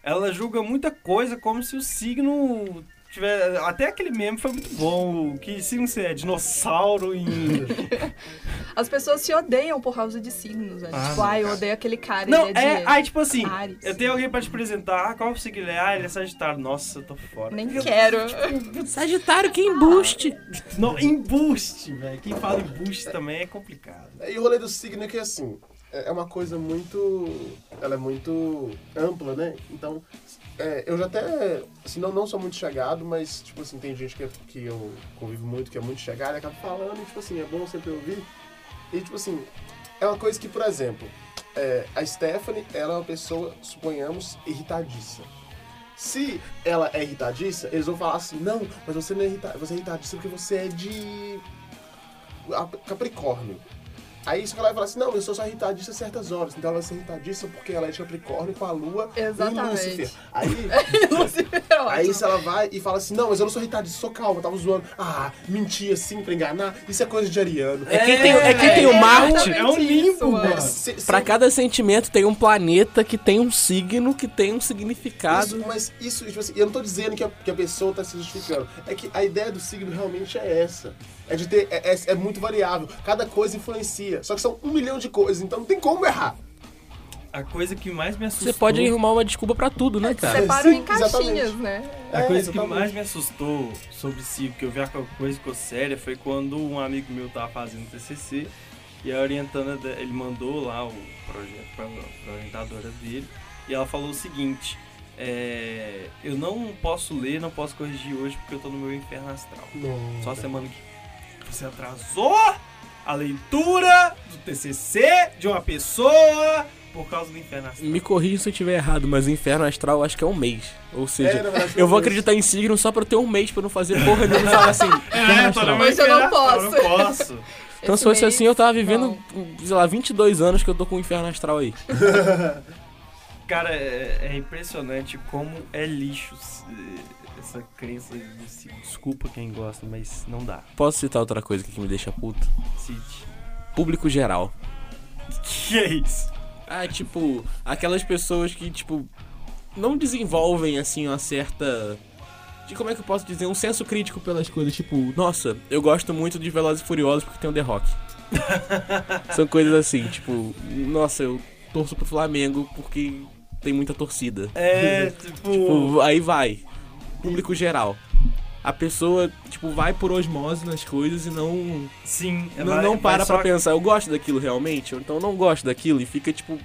S3: ela julga muita coisa como se o signo tiver. Até aquele meme foi muito bom. o Que signo você é? Dinossauro em.
S4: [laughs] As pessoas se odeiam por causa de signos, velho. tipo, ai, eu odeio aquele cara,
S3: Ah, Não,
S4: ele é,
S3: é.
S4: de
S3: Ai, tipo assim,
S4: Ares.
S3: eu tenho alguém pra te apresentar. Ah, qual o signo ele é? Ah, ele é Sagitário. Nossa, eu tô fora.
S4: Nem
S3: Eu-
S4: quero. [laughs]
S2: Sagitário, que embuste!
S3: Não, embuste, velho. Quem fala embuste também é complicado.
S1: E o rolê do signo é que assim, é é uma coisa muito. Ela é muito ampla, né? Então, é, eu já até. Assim, não, não sou muito chegado, mas, tipo assim, tem gente que, é- que eu convivo muito, que é muito chegada, e acaba falando, e, tipo assim, é bom sempre ouvir. E, tipo assim, é uma coisa que, por exemplo, é, a Stephanie, ela é uma pessoa, suponhamos, irritadiça. Se ela é irritadiça, eles vão falar assim, não, mas você não é irritadiça, você é irritadiça porque você é de Capricórnio. Aí isso que ela vai falar assim, não, eu sou só irritadiça a certas horas. Então ela vai ser irritadiça porque ela é de Capricórnio com a Lua
S4: Exatamente.
S1: e Lúcifer.
S4: [laughs]
S1: Aí,
S4: É ótimo.
S1: aí se ela vai e fala assim, não, mas eu não sou irritadiça, sou calma, eu tava zoando. Ah, mentir assim pra enganar, isso é coisa de ariano.
S2: É quem tem, é quem tem o Marte.
S4: exatamente
S3: é um limbo,
S4: isso, mano.
S1: É, se- se-
S2: Pra cada sentimento tem um planeta que tem um signo que tem um significado.
S1: Isso, mas isso, tipo assim, eu não tô dizendo que a, que a pessoa tá se justificando. É que a ideia do signo realmente é essa. É de ter. É, é- é muito variável. Cada coisa influencia. Só que são um milhão de coisas, então não tem como errar.
S3: A coisa que mais me assustou.
S2: Você pode arrumar uma desculpa pra tudo, né, cara?
S4: Separam em
S1: Sim,
S4: caixinhas,
S1: exatamente.
S4: né?
S3: A
S1: É,
S3: coisa que
S1: exatamente.
S3: mais me assustou sobre signo, que eu vi que a coisa ficou séria, foi quando um amigo meu tava fazendo TCC e a orientanda, de- ele mandou lá o projeto pra, pra orientadora dele e ela falou o seguinte, é, eu não posso ler, não posso corrigir hoje porque eu tô no meu inferno astral. Só semana que você atrasou a leitura do TCC de uma pessoa por causa do inferno
S2: [laughs]
S3: astral.
S2: Me corrija se eu estiver errado, mas o inferno astral eu acho que é um mês. Ou
S1: É,
S2: seja,
S1: na verdade,
S2: eu vou
S1: é isso.
S2: acreditar em signo só pra eu ter um mês pra eu não fazer porra nenhuma e falar assim. inferno
S3: tô no
S2: astral.
S3: meu
S4: Mas eu não
S3: inferno astral, eu não posso.
S2: Então
S4: Esse
S2: se fosse
S4: mês,
S2: assim, eu tava vivendo, hum,
S4: não.
S2: sei lá, 22 anos que eu tô com o inferno astral aí.
S3: [laughs] Cara, é, é impressionante como é lixo s- essa crença de si. Desculpa quem gosta, mas não dá.
S2: Posso citar outra coisa aqui que me deixa puto?
S3: Cite.
S2: Público geral.
S3: [laughs] Que é isso?
S2: Ah, tipo, aquelas pessoas que, tipo, não desenvolvem, assim, uma certa. De como é que eu posso dizer? Um senso crítico pelas coisas. Tipo, nossa, eu gosto muito de Velozes e Furiosos porque tem o The Rock. São coisas assim, tipo, nossa, eu torço
S3: [laughs]
S2: pro Flamengo porque tem muita torcida.
S3: É, tipo.
S2: Tipo, aí vai. público geral. A pessoa, tipo, vai por osmose nas coisas e não
S3: Sim,
S2: não,
S3: É, vai-
S2: não
S3: vai
S2: para
S3: só-
S2: pra pensar, eu gosto daquilo realmente, ou então eu não gosto daquilo, e fica, tipo,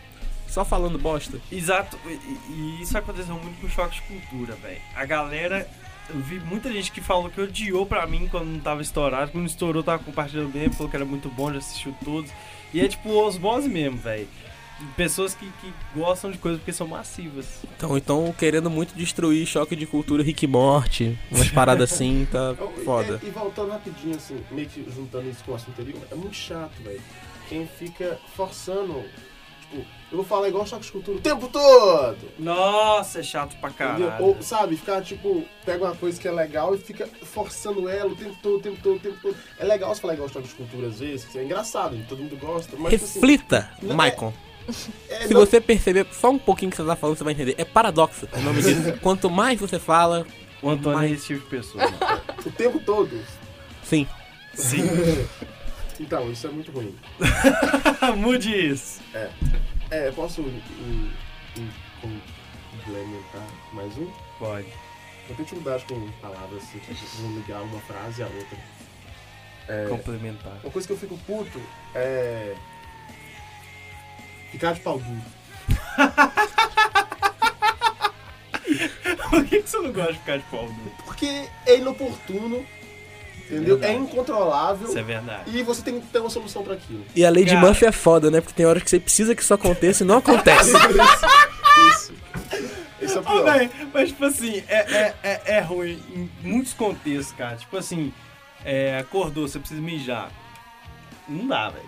S2: só falando bosta.
S3: Exato, e- e, e isso aconteceu muito com o choque de cultura, velho. A galera, eu vi muita gente que falou que odiou pra mim quando não tava estourado, quando estourou tava compartilhando bem, falou que era muito bom, já assistiu todos. E é tipo osmose mesmo, velho. Pessoas que, que gostam de coisas porque são massivas.
S2: Então, então querendo muito destruir choque de cultura, Rick e Morty, umas paradas assim, tá
S1: Então, e-
S2: foda.
S1: E, e voltando rapidinho, assim, meio que juntando isso com o assunto anterior, é muito chato, velho. Quem fica forçando, tipo, eu vou falar igual choque de cultura o tempo todo!
S3: Nossa, é chato pra
S1: Entendeu?
S3: caralho.
S1: Ou, sabe, ficar tipo, pega uma coisa que é legal e fica forçando ela o tempo todo, o tempo todo, o tempo todo. É legal você falar igual choque de cultura às vezes, que é engraçado, todo mundo gosta, mas tipo, assim,
S2: Reflita,
S1: não-
S2: Michael.
S1: é,
S2: Se
S1: não-
S2: você perceber só um pouquinho que você tá falando, você vai entender. É paradoxo o nome [laughs] disso. Quanto mais você fala,
S3: O Antônio
S2: Mas-
S3: é esse tipo de pessoa. né?
S1: o tempo todo.
S2: sim.
S1: Então, isso é muito ruim.
S3: Mude isso.
S1: É, posso in- in- in- complementar mais um?
S3: Pode.
S1: Eu tenho dificuldade com palavras assim, que vão ligar uma frase à outra. É,
S3: Complementar.
S1: uma coisa que eu fico puto é. Ficar tipo, de pau duro.
S3: Por que, que você não gosta de ficar de pau né? duro?
S1: Porque é inoportuno, entendeu? É incontrolável.
S3: Isso é verdade.
S1: E você tem que ter uma solução pra aquilo.
S2: E a lei de
S3: Cara.
S2: Murphy é foda, né? Porque tem horas que você precisa que isso aconteça e não
S3: [laughs]
S2: acontece.
S1: [laughs] isso. Isso é o
S3: Ô,
S1: pior.
S3: véi, mas, tipo assim, é, é, é, é ruim em muitos contextos, cara. Tipo assim, é, acordou, você precisa mijar. Não dá, velho.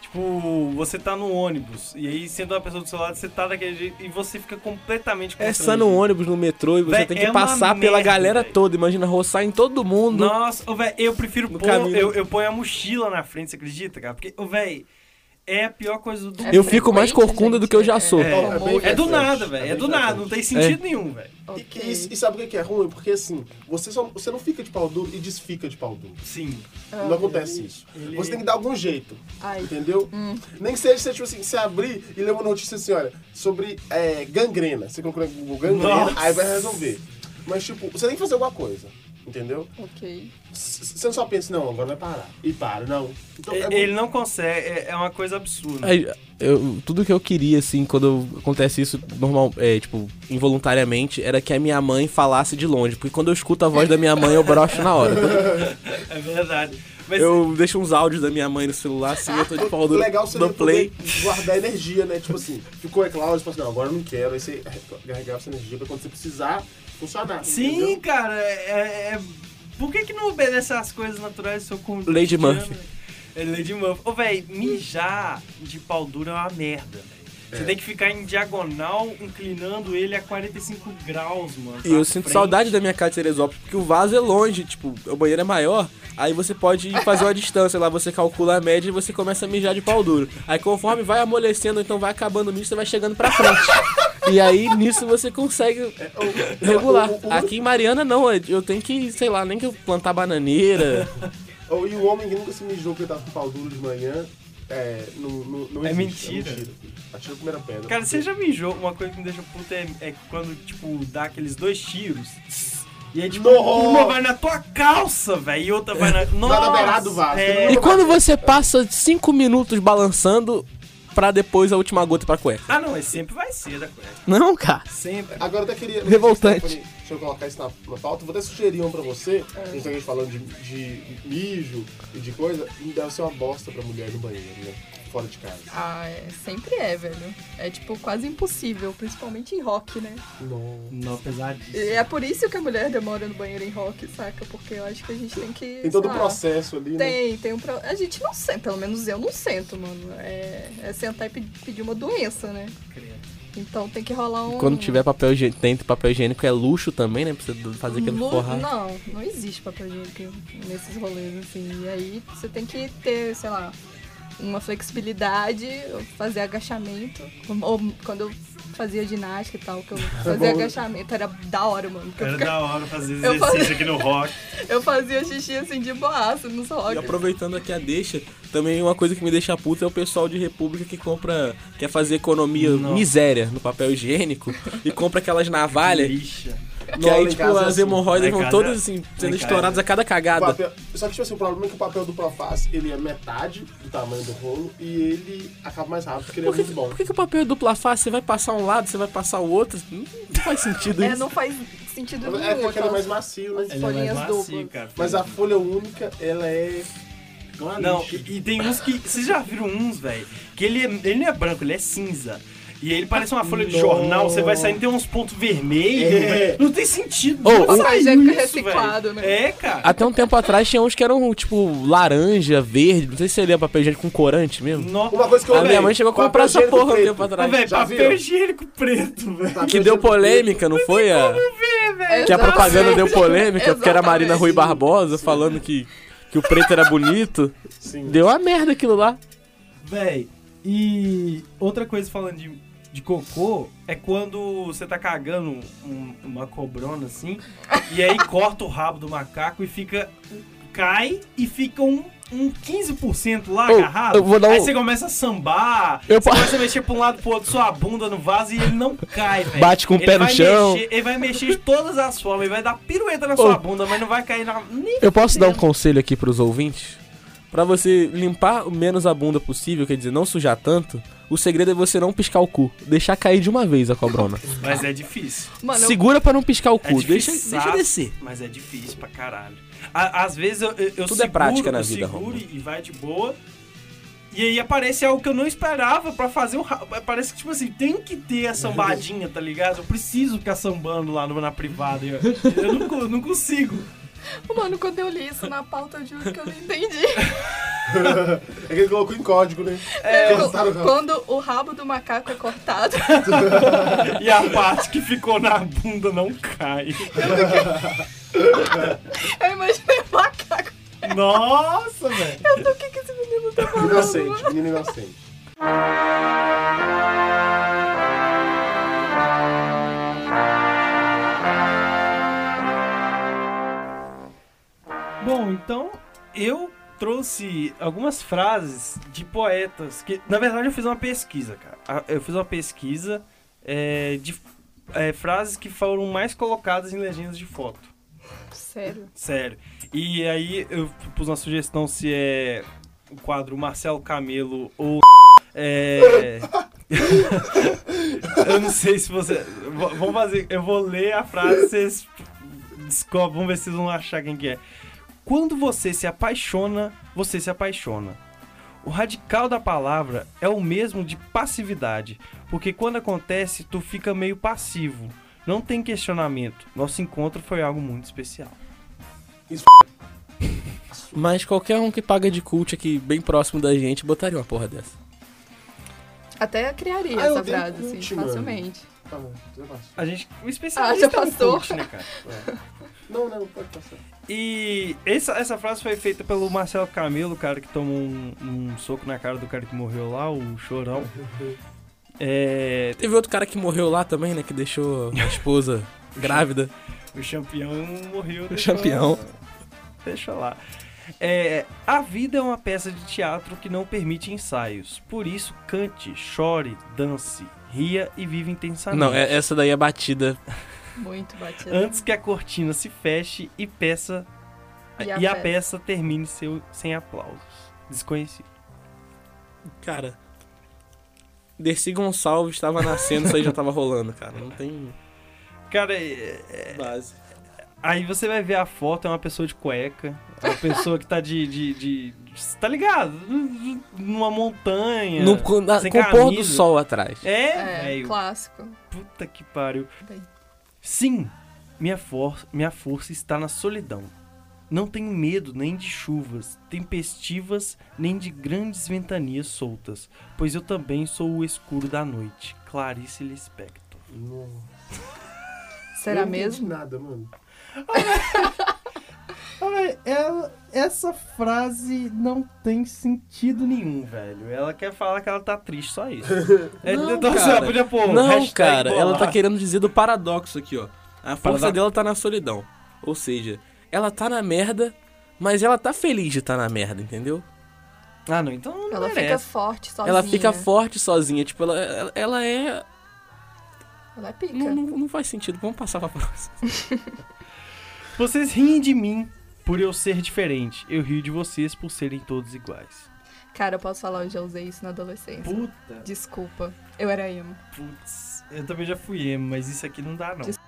S3: Tipo, você tá no ônibus, e aí sendo uma pessoa do seu lado, você tá daquele jeito, e você fica completamente
S2: É só no ônibus, no metrô, e você
S3: Véi,
S2: tem que
S3: é uma
S2: passar pela
S3: merda,
S2: galera
S3: véi.
S2: toda. Imagina roçar em todo mundo.
S3: Nossa, ô, velho, eu prefiro
S2: No
S3: pôr,
S2: caminho.
S3: eu, eu ponho a mochila na frente, você acredita, cara? Porque, ô, velho, é a pior coisa do...
S4: É tá
S2: Eu fico mais
S4: frequente,
S2: corcunda do que eu já
S4: gente,
S2: sou.
S1: é
S3: É,
S1: bem
S3: é do
S1: frequente,
S3: nada,
S1: é
S3: velho, é
S1: bem
S3: do nada,
S1: frequente.
S3: não tem sentido
S2: É.
S3: nenhum, velho.
S1: E,
S4: Ok.
S1: e, e sabe o que que é ruim? Porque assim, você, só, você não fica de pau duro e desfica de pau duro.
S3: Sim.
S1: Não acontece isso. Você tem que dar algum jeito.
S4: Ah, Ai. Hum.
S1: Entendeu? Nem que seja, você, tipo assim, você abrir e ler uma notícia assim, olha, sobre é, gangrena. Você colocou no Google gangrena,
S3: Nossa.
S1: aí vai resolver. Mas, tipo, você tem que fazer alguma coisa. Entendeu?
S4: Ok.
S1: S- s- Você não só pensa, não, agora vai parar. E para, não. Então, é
S3: Ele
S1: muito-
S3: ele não consegue, é- é uma coisa absurda.
S2: Aí, eu- tudo que eu queria, assim, quando acontece isso normal, é, tipo, involuntariamente, era que a minha mãe falasse de longe. Porque quando eu escuto a voz da minha mãe, eu broxo
S1: [laughs]
S2: na hora.
S3: É verdade. Mas
S2: Eu deixo uns áudios da minha mãe no celular, assim,
S1: [laughs]
S2: eu tô de pau duro,
S1: legal seria
S2: dou play.
S1: poder guardar energia, né? Tipo assim, ficou é Cláudio, você fala assim, não, agora eu não quero. Aí você carregava essa energia pra quando você precisar funcionar.
S3: Sim,
S1: entendeu?
S3: cara, é, é- Por que, que não obedece às coisas naturais do seu convite?
S2: Lady Murphy.
S3: É Lady Murphy. Ô, velho, mijar de pau duro é uma merda, velho. Você
S2: É.
S3: tem que ficar em diagonal, inclinando ele a 45 graus, mano.
S2: E eu
S3: pra
S2: sinto
S3: frente.
S2: saudade da minha casa de Teresópolis, porque o vaso é longe, tipo, o banheiro é maior, aí você pode fazer uma distância lá, você calcula a média e você começa a mijar de pau duro. Aí conforme vai amolecendo, então vai acabando o mijo, você vai chegando pra frente. E aí nisso você consegue é, regular.
S1: O- o- o-
S2: Aqui em Mariana não, é, eu tenho que, sei lá, nem que eu plantar bananeira.
S1: Ou- E o homem que nunca se mijou porque tava com pau duro de manhã, é, não, não, não
S3: É
S1: existe,
S3: mentira.
S1: É mentira. Atira a primeira pedra.
S3: Cara, você já mijou? Uma coisa que me deixa puto é, é quando, tipo, dá aqueles dois tiros. E aí, tipo,
S1: Nossa!
S3: uma vai na tua calça, velho, e outra
S1: [laughs]
S3: vai na. Nossa!
S1: beirada do né? vaso.
S3: É,
S2: E quando você passa cinco minutos balançando pra depois a última gota pra cueca?
S3: Ah, não, é sempre vai ser da cueca.
S2: Não, cara.
S3: Sempre.
S1: Agora eu até queria.
S2: Revoltante.
S1: Deixa eu- Deixa eu colocar isso na, na pauta. Vou até sugerir um pra você. A gente tá aqui falando de, de mijo e de coisa. e Deve ser uma bosta pra mulher no banheiro, né? Fora de casa.
S4: Ah, é, sempre é, velho. É tipo quase impossível, principalmente em rock, né?
S1: Não.
S3: Não, apesar disso.
S4: E é por isso que a mulher demora no banheiro em rock, saca? Porque eu acho que a gente tem que.
S1: Tem todo
S4: sei
S1: o
S4: lá,
S1: processo ali, né?
S4: Tem, tem um pro... A gente não senta, pelo menos eu não sento, mano. É, é sentar e pe- pedir uma doença, né? Então tem que rolar um.
S2: Quando tiver papel higiênico, tem papel higiênico é luxo também, né? Pra você fazer aquele
S4: Lu-
S2: forrar.
S4: Não, não existe papel higiênico nesses rolês, assim. E aí você tem que ter, sei lá, uma flexibilidade, fazer agachamento. Ou quando eu fazia ginástica e tal,
S1: [laughs]
S4: que eu fazia
S1: bom. né?
S4: agachamento, era da hora, mano. Porque
S3: [laughs]
S4: eu,
S3: Era
S4: fica-
S3: da hora fazer
S4: Eu falei-
S3: exercício aqui no rock.
S4: eu fazia xixi assim de boaça nos
S2: E
S4: rock.
S2: aproveitando aqui a deixa, também uma coisa que me deixa puto é o pessoal de República que compra, quer fazer economia miséria no papel higiênico e compra aquelas navalhas
S3: Lixa.
S2: Que
S1: Lá
S2: aí,
S1: em
S2: tipo,
S1: casa é
S2: as
S1: assim.
S2: hemorroidas
S3: Lá em
S2: vão
S3: casa-
S2: todas, assim,
S3: lá em
S2: sendo
S3: casa-
S2: estouradas a cada
S1: O
S2: cagada.
S1: papel- Só que, tipo assim, o problema é que o papel do Profaz, ele é metade do tamanho do rolo e ele acaba mais rápido, porque ele é
S2: Por que,
S1: muito bom.
S2: por que que o papel é dupla face? Você vai passar um lado, você vai passar o outro? Não faz sentido
S4: É,
S2: isso.
S4: não faz sentido nenhum.
S1: É porque ele é mais macio, né?
S4: As folhinhas duplas.
S3: é assim, cara.
S2: É.
S1: Mas a folha única, ela é...
S3: Não, e, e tem uns que. Vocês já viram uns, velho? Que ele, é- ele não é branco, ele é cinza. E ele parece uma folha de
S1: Nossa.
S3: jornal, você vai saindo tem uns pontos vermelhos.
S1: É.
S3: velho. Não tem sentido.
S2: Ô,
S3: não
S2: o-
S3: sai
S4: Mas é porque é
S3: isso, velho.
S4: reciclado, né?
S3: É, cara.
S2: Até um tempo atrás tinha uns que eram, tipo, laranja, verde. Não sei se você lembra papel higiênico com corante mesmo.
S3: No-
S1: Uma coisa que eu
S2: A minha
S1: odeio,
S2: mãe chegou a
S1: papel
S2: comprar essa
S1: higiênico
S2: porra um
S1: preto.
S2: tempo
S3: Mas,
S2: atrás.
S3: velho,
S1: já
S3: papel
S1: viram? Tá.
S3: higiênico preto, velho.
S1: Papel
S2: Que deu
S1: higiênico
S2: polêmica, não foi? É. A... Que
S4: É,
S2: a
S4: Exatamente.
S2: propaganda deu polêmica, porque era a Marina Rui
S4: Exatamente.
S2: Barbosa falando que, que o preto era bonito.
S1: preto. Sim.
S2: Deu uma merda aquilo lá.
S3: Véi, e outra coisa falando de, de cocô é quando você tá cagando um- uma cobrona assim, e aí corta o rabo do macaco e fica. cai e fica um, um 15% lá
S2: Ô,
S3: agarrado.
S2: eu vou dar um-
S3: Aí você começa a sambar,
S2: Eu
S3: você
S2: pa-
S3: começa a mexer pra um lado pro outro, sua bunda no vaso e ele não cai, velho.
S2: Bate com o
S3: Ele
S2: pé no
S3: vai
S2: chão.
S3: mexer- ele vai mexer de todas as formas, ele vai dar pirueta na sua bunda, mas não vai cair na. Nem
S2: Eu posso dar um
S3: fudendo.
S2: conselho aqui pros ouvintes? Pra você limpar o menos a bunda possível, quer dizer, não sujar tanto, o segredo é você não piscar o cu. Deixar cair de uma vez a cobrona.
S3: Mas é difícil.
S4: Mano, eu-
S2: Segura pra não piscar o
S3: É
S2: cu. deixa,
S3: difiçaço,
S2: deixa descer.
S3: Mas é difícil pra caralho. À- às vezes eu, eu, eu
S2: Tudo é
S3: seguro,
S2: prática na
S3: eu
S2: vida,
S3: seguro
S2: Romulo.
S3: e vai de boa. E aí aparece algo que eu não esperava pra fazer um. ra- Parece que, tipo assim, tem que ter a sambadinha, tá ligado? Eu preciso ficar sambando lá no- na privada. Eu, eu não, co- não consigo.
S4: Mano, quando eu li isso na pauta, eu juro que eu não entendi.
S1: É que ele colocou em código,
S2: [laughs]
S1: né? Cortaram o
S4: [laughs] quando,
S1: rabo.
S4: quando o rabo do macaco é cortado,
S3: E a parte que ficou na bunda não cai.
S4: eu imaginei o macaco.
S3: Nossa, velho.
S4: Eu tô, o que, que esse menino tá falando?
S1: Inocente, menino inocente.
S3: Bom, então eu trouxe algumas frases de poetas que, na verdade, eu fiz uma pesquisa, cara. A- Eu fiz uma pesquisa é, de é, frases que foram mais colocadas em legendas de foto.
S4: Sério.
S3: Sério. E aí eu pus uma sugestão se é o quadro Marcelo Camelo ou. [laughs] É. [laughs] eu não sei se você. v- Vamos fazer. Eu vou ler a frase vocês descobrem. Vamos ver se vocês vão achar quem que é. Quando você se apaixona, você se apaixona. O radical da palavra é o mesmo de passividade, porque quando acontece, tu fica meio passivo. Não tem questionamento. Nosso encontro foi algo muito especial.
S2: Mas qualquer um que paga de cult aqui bem próximo da gente botaria uma porra dessa.
S4: Até criaria
S1: Ah, eu
S4: essa
S1: dei
S4: frase,
S1: um
S4: assim,
S1: chute, mano.
S4: facilmente.
S1: Tá bom, já passou.
S3: A gente. O
S4: Ah,
S3: especialista
S4: já
S3: é um
S4: passou.
S3: coach, né, cara?
S1: Não, não, pode passar.
S3: E essa, essa frase foi feita pelo Marcelo Camelo, cara, que tomou um, um soco na cara do cara que morreu lá, o chorão.
S2: [laughs]
S3: É.
S2: Teve outro cara que morreu lá também, né? Que deixou a esposa grávida.
S3: O campeão morreu.
S2: O
S3: deixou-
S2: campeão.
S3: Deixa lá. É, a vida é uma peça de teatro que não permite ensaios. Por isso, cante, chore, dance, ria e viva intensamente.
S2: Não, é- essa daí é batida.
S4: Muito batido.
S3: Antes que a cortina se feche e peça
S4: E
S3: e
S4: a
S3: a, peça.
S4: peça.
S3: termine seu sem aplausos. Desconhecido.
S2: Cara. Dercy Gonçalves estava nascendo, isso aí já tava rolando, cara. Não tem
S3: Cara, é- é-
S2: base.
S3: aí você vai ver a foto, é uma pessoa de cueca, é uma pessoa que tá de. de, de- de- tá ligado? Numa montanha.
S2: No, com na-
S3: sem
S2: com o pôr do
S3: camisa.
S2: sol atrás.
S3: É,
S4: É,
S3: velho.
S4: clássico.
S3: Puta que pariu.
S4: Bem.
S3: Sim, minha, for minha força está na solidão. Não tenho medo nem de chuvas tempestivas, nem de grandes ventanias soltas, pois eu também sou o escuro da noite. Clarice Lispector.
S1: Não.
S4: Será
S1: Eu não entendi
S4: mesmo?
S1: nada, mano.
S3: essa frase não tem sentido nenhum, velho. Ela quer falar que ela tá triste, só
S4: [laughs]
S3: isso. é,
S2: Não,
S3: então,
S2: cara.
S3: você podia pôr
S2: Não,
S3: hashtag
S2: cara, ela tá
S3: bolar.
S2: querendo dizer do paradoxo aqui, ó. A força
S3: Paradoxo.
S2: dela tá na solidão. Ou seja, ela tá na merda, mas ela tá feliz de estar tá na merda, entendeu?
S3: Ah, não, então não
S2: é
S4: Ela
S3: merece.
S4: fica forte sozinha.
S2: Ela fica forte sozinha, tipo, ela, ela- ela é
S4: Ela é pica.
S2: Não, não, não faz sentido, vamos passar pra próxima.
S3: Vocês riem de mim por eu ser diferente. Eu rio de vocês por serem todos iguais.
S4: Cara, eu posso falar, eu já usei isso na adolescência.
S3: Puta,
S4: Desculpa, eu era emo.
S3: putz. Eu também já fui emo, mas isso aqui não dá, não.
S4: Des-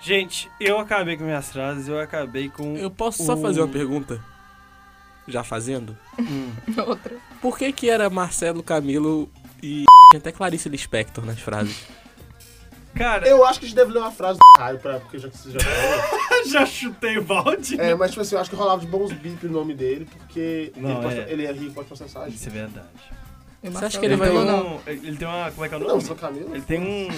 S3: Gente, eu acabei com minhas frases, eu acabei com.
S2: Eu posso só
S3: O-
S2: fazer uma pergunta? Já fazendo?
S3: Hum.
S4: Outra.
S2: Por que que era Marcelo Camilo e até Clarice Lispector nas frases?
S3: Cara,
S1: Eu acho que a gente deve ler uma frase do Caio, pra, porque já que você já falou.
S3: eu já chutei o balde.
S1: É, mas tipo assim, eu acho que rolava de bons bip o nome dele, porque
S3: Não,
S1: ele, pode-
S3: é.
S1: ele é rico, pode processar a gente.
S3: Isso é verdade.
S4: E
S2: Você
S4: Marcelo
S2: acha que ele vai-
S4: falou,
S3: tem
S4: não?
S3: um- ele tem uma. Como é que é o
S1: Não,
S3: nome?
S1: seu Camilo.
S3: Ele tem um.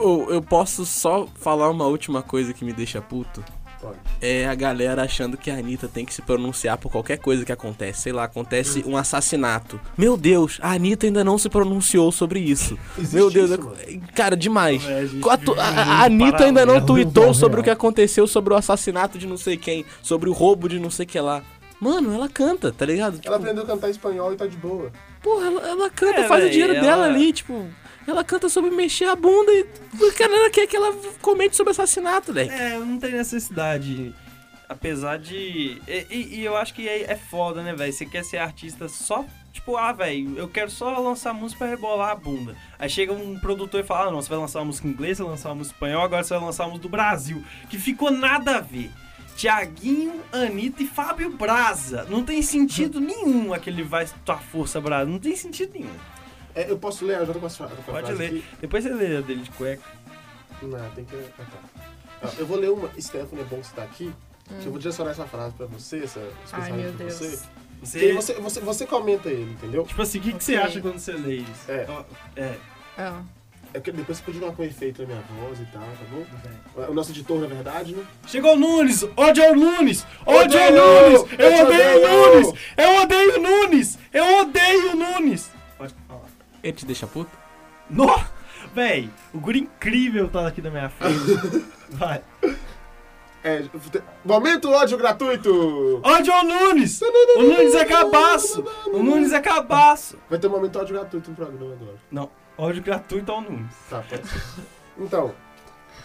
S2: Ou eu posso só falar uma última coisa que me deixa puto?
S1: Pode.
S2: É a galera achando que a Anitta tem que se pronunciar por qualquer coisa que acontece. Sei lá, acontece um assassinato. Meu Deus, a Anitta ainda não se pronunciou sobre isso.
S1: Existe
S2: Meu Deus,
S1: isso,
S2: eu-
S1: mano.
S2: cara, demais.
S3: É, a gente
S2: A, tu-
S3: vive
S2: a- a
S3: num
S2: Anitta ainda não
S3: paralelo.
S2: tweetou sobre o que aconteceu, sobre o assassinato de não sei quem, sobre o roubo de não sei que lá. Mano, ela canta, tá ligado?
S1: Ela
S2: Tipo,
S1: aprendeu a cantar espanhol e tá de boa.
S2: Porra, ela, ela canta,
S3: É,
S2: faz o
S3: véi,
S2: dinheiro
S3: ela-
S2: dela ali, tipo. Ela canta sobre mexer a bunda e a galera quer que ela comente sobre assassinato, velho.
S3: É, não tem necessidade. Apesar de. E, e- e eu acho que é, é foda, né, velho? Você quer ser artista só. Tipo, ah, velho, eu quero só lançar música pra rebolar a bunda. Aí chega um produtor e fala: ah, não, você vai lançar uma música em inglês, você vai lançar uma música em espanhol, agora você vai lançar uma música do Brasil. Que ficou nada a ver. Tiaguinho, Anitta e Fábio Braza. Não tem sentido nenhum aquele vai tua força Braza. Não tem sentido nenhum.
S1: É, eu posso ler? Eu já tô com as frases.
S3: Pode ler. Depois você lê a dele de cueca.
S1: Não, tem que. Ah, tá. Ah, Eu vou ler uma. Stephanie, é bom que você tá aqui. Que eu vou direcionar essa frase pra você, essa
S4: Hum. Ai,
S1: especialmente
S4: meu
S1: pra
S4: Deus.
S1: você. Que aí
S3: Você,
S1: Você, você. Você comenta ele, entendeu?
S3: Tipo assim, o que, que você
S4: Ok.
S3: acha quando você lê isso?
S1: É.
S3: Ó, é.
S4: Ah,
S1: É porque depois você pode jogar com efeito na minha voz e tal, tá bom? O nosso editor, na verdade, né?
S3: Chegou o Nunes! Ódio ao Nunes! Ódio ao
S1: Odeio!
S3: Nunes! Eu
S1: Eu
S3: odeio o
S1: odeio!
S3: Nunes! Eu odeio o Nunes! Eu odeio o Nunes! Pode falar.
S2: Ele te deixa puto?
S3: No! Véi, o guri incrível tá aqui na minha
S1: [laughs]
S3: frente. Vai.
S1: É. Momento ódio gratuito!
S3: Ódio ao Nunes! O Nunes é cabaço! O Nunes é cabaço!
S1: Vai ter um momento ódio gratuito no programa agora.
S3: Não, ódio gratuito ao Nunes.
S1: Tá, pode ser. Então,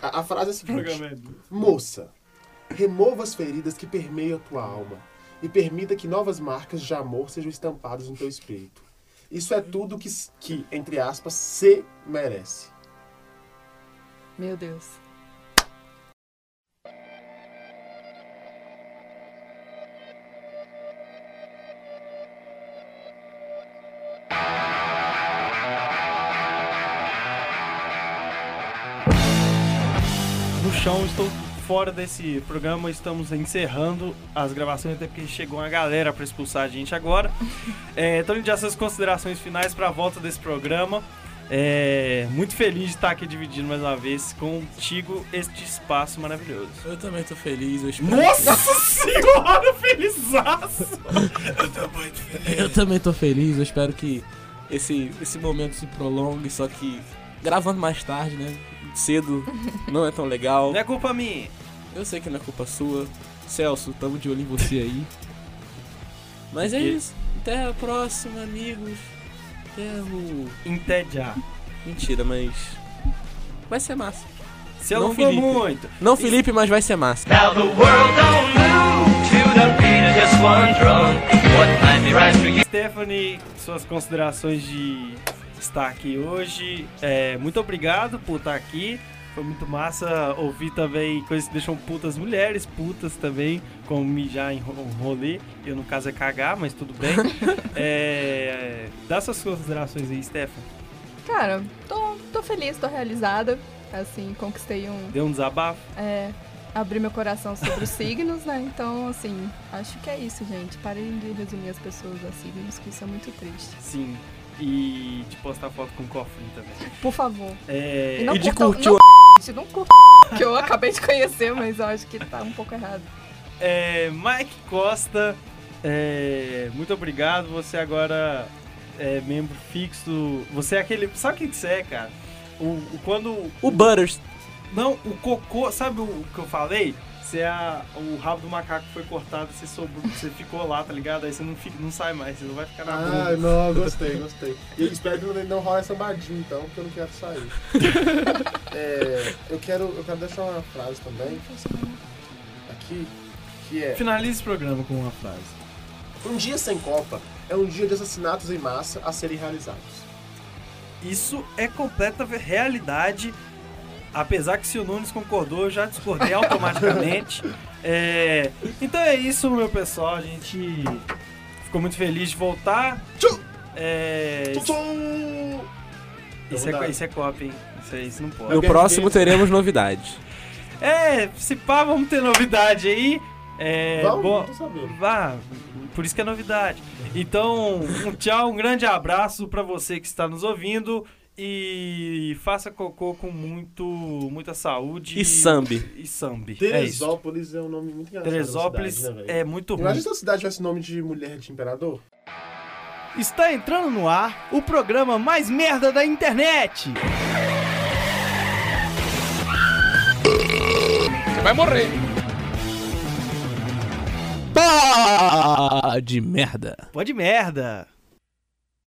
S1: a, a frase é a
S3: O programa
S1: seguinte:
S3: é duro.
S1: Moça, remova as feridas que permeiam a tua alma e permita que novas marcas de amor sejam estampadas no teu espírito. Isso é tudo que, s- que entre aspas, se merece.
S4: meu Deus.
S3: No chão, estou fora desse programa, estamos encerrando as gravações, até porque chegou uma galera para expulsar a gente [laughs] agora. É, então, já suas considerações finais para a volta desse programa. É, muito feliz de estar aqui dividindo mais uma vez contigo este espaço maravilhoso.
S2: Eu também tô feliz, eu espero.
S3: Nossa senhora, [laughs] felizaço!
S2: Eu também tô feliz, eu espero que esse, esse momento se prolongue, só que gravando mais tarde, né? Cedo não é tão legal.
S3: Não é culpa minha.
S2: Eu sei que não é culpa sua. Celso, tamo de olho em você aí. Mas é
S3: E-
S2: isso. Até a próxima, amigos. Até o.
S3: Entediar.
S2: Mentira, mas. Vai ser massa.
S3: Se eu
S2: Não,
S3: não, for
S2: Felipe.
S3: muito.
S2: Não Felipe, mas vai ser massa.
S8: Now the world don't move to the beat of just one drum. What might be right for you.
S3: Stephanie, suas considerações de estar aqui hoje. É, muito obrigado por estar aqui. Foi muito massa ouvir também coisas que deixam putas mulheres, putas também, como mijar em ro- rolê. Eu, no caso, é cagar, mas tudo bem. É, dá suas considerações aí, Stephanie.
S4: Cara, tô, tô feliz, tô realizada. Assim, conquistei um.
S3: Deu um desabafo.
S4: É, abri meu coração sobre os [laughs] signos, né? Então, assim, acho que é isso, gente. Parem de resumir as pessoas a signos, que isso é muito triste.
S3: Sim. E de postar foto com cofrinho também.
S4: Por favor.
S3: É,
S4: E não
S2: e de
S4: curtam-
S2: curtir
S4: não
S2: o
S4: curte, não curte, [laughs] que eu acabei de conhecer, mas eu acho que tá um pouco errado.
S3: É, Mike Costa, é, muito obrigado. Você agora é membro fixo. Você é aquele. Sabe o que, que você é, cara? O, o- quando.
S2: O Butters.
S3: Não, o cocô. Sabe o, o que eu falei? Você é a- o rabo do macaco foi cortado, você sobrou, você ficou lá, tá ligado? Aí você não, fica, não sai mais, você não vai ficar na rua.
S1: Ah, não, gostei, gostei. E eu espero que não, não rola sambadinho, então, porque eu não quero [laughs] sair. É, eu, quero, eu quero deixar uma frase também, aqui, que é...
S3: Finalize esse programa com uma frase.
S1: Um dia sem Copa é um dia de assassinatos em massa a serem realizados.
S3: Isso é completa ve- realidade. Apesar que se o Nunes concordou, eu já
S1: [laughs]
S3: discordei automaticamente. É, então é isso, meu pessoal. A gente ficou muito feliz de voltar.
S1: Tchau!
S3: É,
S1: Tchum,
S3: isso,
S1: tchum!
S3: isso é,
S1: Eu vou
S3: co-
S1: dar.
S3: isso é copy, hein? Isso, aí, isso não pode.
S2: No
S1: Alguém
S2: próximo
S1: fez?
S2: teremos novidade.
S3: É, se pá, vamos ter novidade aí. É,
S1: Vamos,
S3: bo-
S1: tô sabendo.
S3: Vá, por isso que é novidade. Então, um tchau, um grande abraço pra você que está nos ouvindo e faça cocô com muito, muita saúde
S2: E sambe.
S3: E sambi. É isso.
S1: Teresópolis é um nome muito engraçado. da
S3: Teresópolis
S1: cidade, né, velho?
S3: é muito ruim.
S1: Imagina se a cidade tivesse nome de mulher de imperador.
S3: Está entrando no ar o programa mais merda da internet.
S2: Pá de merda.
S3: Pode merda.